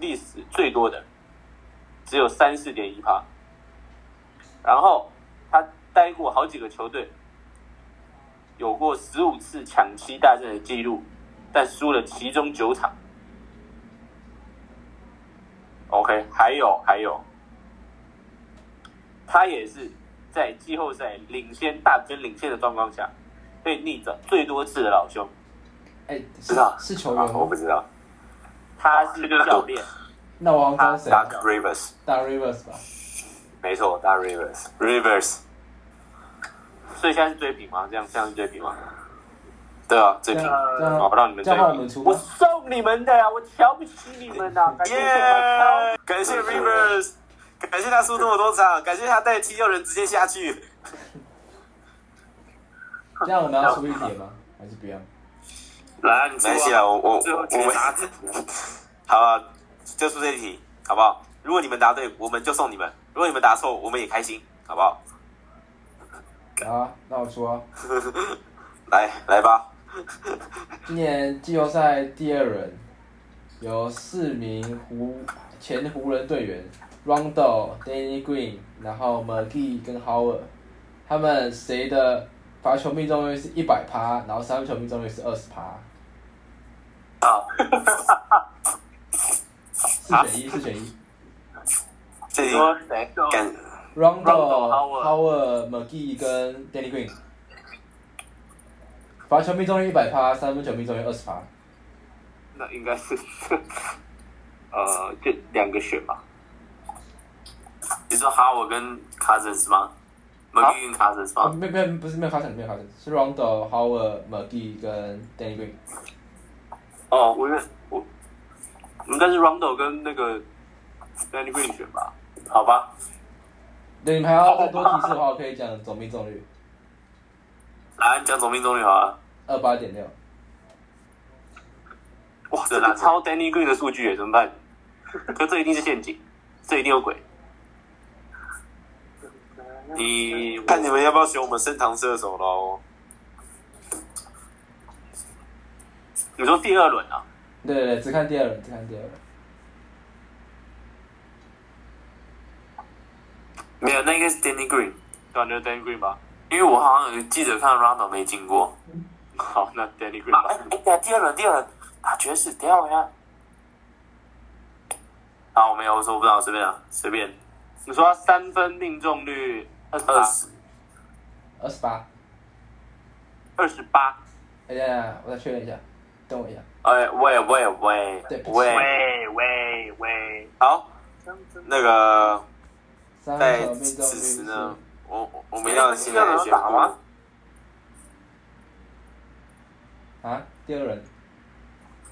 历史最多的，只有三四点一趴。然后他待过好几个球队，有过十五次抢七大战的记录，但输了其中九场。OK，还有还有，他也是在季后赛领先大比分领先的状况下被逆转最多次的老兄，
哎，
知道
是是球员
啊，我
吗
不？知道。
他是教练，
那我要帮谁？
Dark Rivers，
打 Rivers 吧。
没错，Dark Rivers。
Rivers，
所以现在是追平吗？这样这样是追平吗？
对啊，最
这
平
样
好，
这样
我让你们
这
最
样换我
平。
们出
我，送你们的呀，我瞧不起你们
啊
呐！感谢
耶！感谢 Rivers，感谢他输这么多场，感谢他带七六人直接下去。
这样我们要出一点吗？还是不要？
来，你
没关系啊，我我
最后
我
解
们
答
<laughs> 好啊，就出这一题，好不好？如果你们答对，我们就送你们；如果你们答错，我们也开心，好不好？
好啊，那我说啊，
来来吧，
今年季后赛第二轮有四名湖前湖人队员 Rondo、Danny Green，然后 McGee 跟 Howard，他们谁的罚球命中率是一百趴，然后三分球命中率是二十趴。好，四选一，四选一。
这题
说谁？
感
Rondo、
Rondo，
Howard、McGee 跟 Danny Green，罚球命中率一百趴，三分球命中率二十趴。
那应该是呃，这两个选吧。
你说哈我跟 Cousins 吗 m c g 跟 Cousins
啊，？没有没有不是没有 Carson 没有 Carson，是 Rondo、Howard、McGee 跟 Danny Green。
哦，我认我，应该是 Rondo 跟那个 Danny Green 选吧。
好吧，
对，你们还要再多提示的话，我可以讲总命中率
来你讲总命中率好了。
二八点六。
哇，
这
这
哪
个
是
超 Danny Green 的数据耶，怎么办？可这一定是陷阱，这一定有鬼。
你看你们要不要选我们升堂射手喽？
你说第二轮啊？
对对对，只看第二轮，只看第二轮。
没有，那应该是 Danny Green，
对啊，那就 Danny Green 吧。
因为我好像记得看 Rondo 没进过。
好，那 Danny Green
啊，哎
吧。
哎，等一下第二轮，第二轮打爵士，等一下我下。好，我没有，我说我不知道，随便啊，随便。
你说他三分命中率二十
二
八，
十，
二十八。
二十八。
哎呀，我再确认一下，等我一下。
哎，喂喂喂
对不起
喂，
哎
喂喂喂，
好，那个
三分
在
球命中
此时
率
呢
是，
我我我们要现在来宣
打吗
布，
啊，第二轮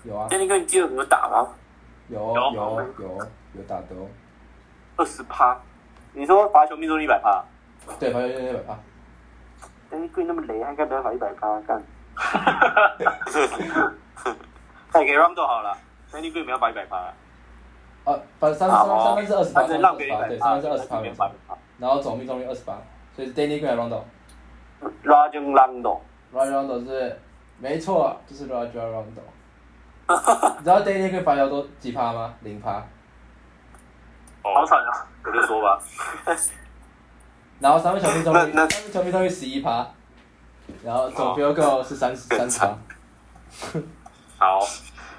有啊，
Danny Green 第二轮打吗？
有哦有哦有哦有打的哦。
二十趴，你说罚球命中率一百趴
对，罚球命中率一百趴。
？Danny Green 那么雷，他应该没办法一百趴干。再给 Rondo 好了，Danny Green 没有把一百趴了，
啊，反正三分
好哦
三分是二十
他
八，
只
三
能
分
让
是
别
二
人一百趴
十八，对，三分是二十
他
八
没
没
有把
错
一。百
然后总命中率二十八，所以是 Danny Green 和 Rondo。
趴。Rajon Rondo，
Roger Rondo 是，没错，就是 Roger Rondo。你知道 Daily 可以罚球多几趴吗？零趴。
好惨啊！
我就说吧，
<laughs> 然后三分球命中率，
那那哦
三分球命中率十一趴，然后总 field goal 是
<laughs>
三三十趴。
好，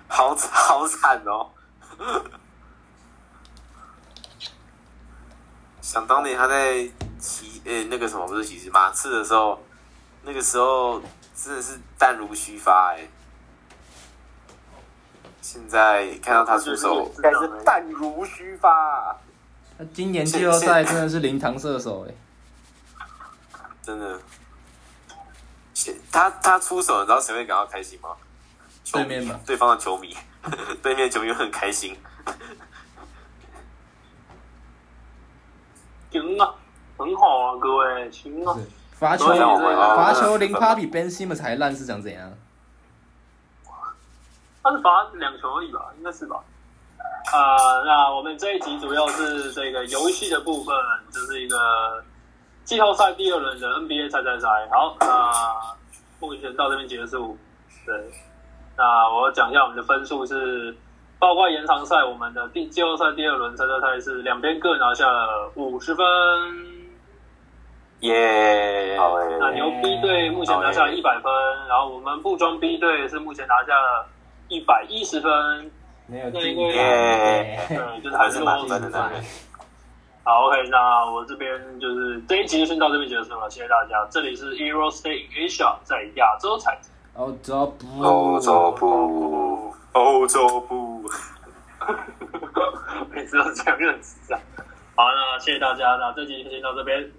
好好惨哦。 <laughs> 想当年他在骑呃、那个什么不是骑士马刺的时候，那个时候真的是弹如虚发哎、现在看到他出手，
但是弹如虚发啊。
那今年
季后赛
真的是零堂射手哎、
真的，现他他出手，你知道谁会感到开心吗？球迷
对面吧
对方的球迷， <laughs> 对面的球迷会很开心。
行啊，很好啊，各位，行
哦
啊
是。罚球
所以我们要
罚球零趴比 Ben Simmons 还烂是想怎样？
他是罚两球而已吧，应该是吧。呃，那我们这一集主要是这个游戏的部分，这、是一个季后赛第二轮的 NBA 猜猜猜。好，那目前到这边结束。对，那我讲一下我们的分数是，包括延长赛，我们的第季后赛第二轮猜猜猜是两边各拿下了五十分。
耶、
好诶、
那牛逼队目前拿下一百分，然后我们不装逼队是目前拿下了一百一十分。
没有
那
进
因为
啊
耶
对，就是
还
还
是
是
蛮
蛮
分的那个人。
好，OK，那我这边就是这一集就先到这边结束了，谢谢大家。这里是 Euro Stay in Asia，在亚洲采 <laughs> 集。
然后只要不
哦
欧洲部。
欧洲部，
每次都这样认识啊。好，那谢谢大家，那这集就先到这边，拜拜。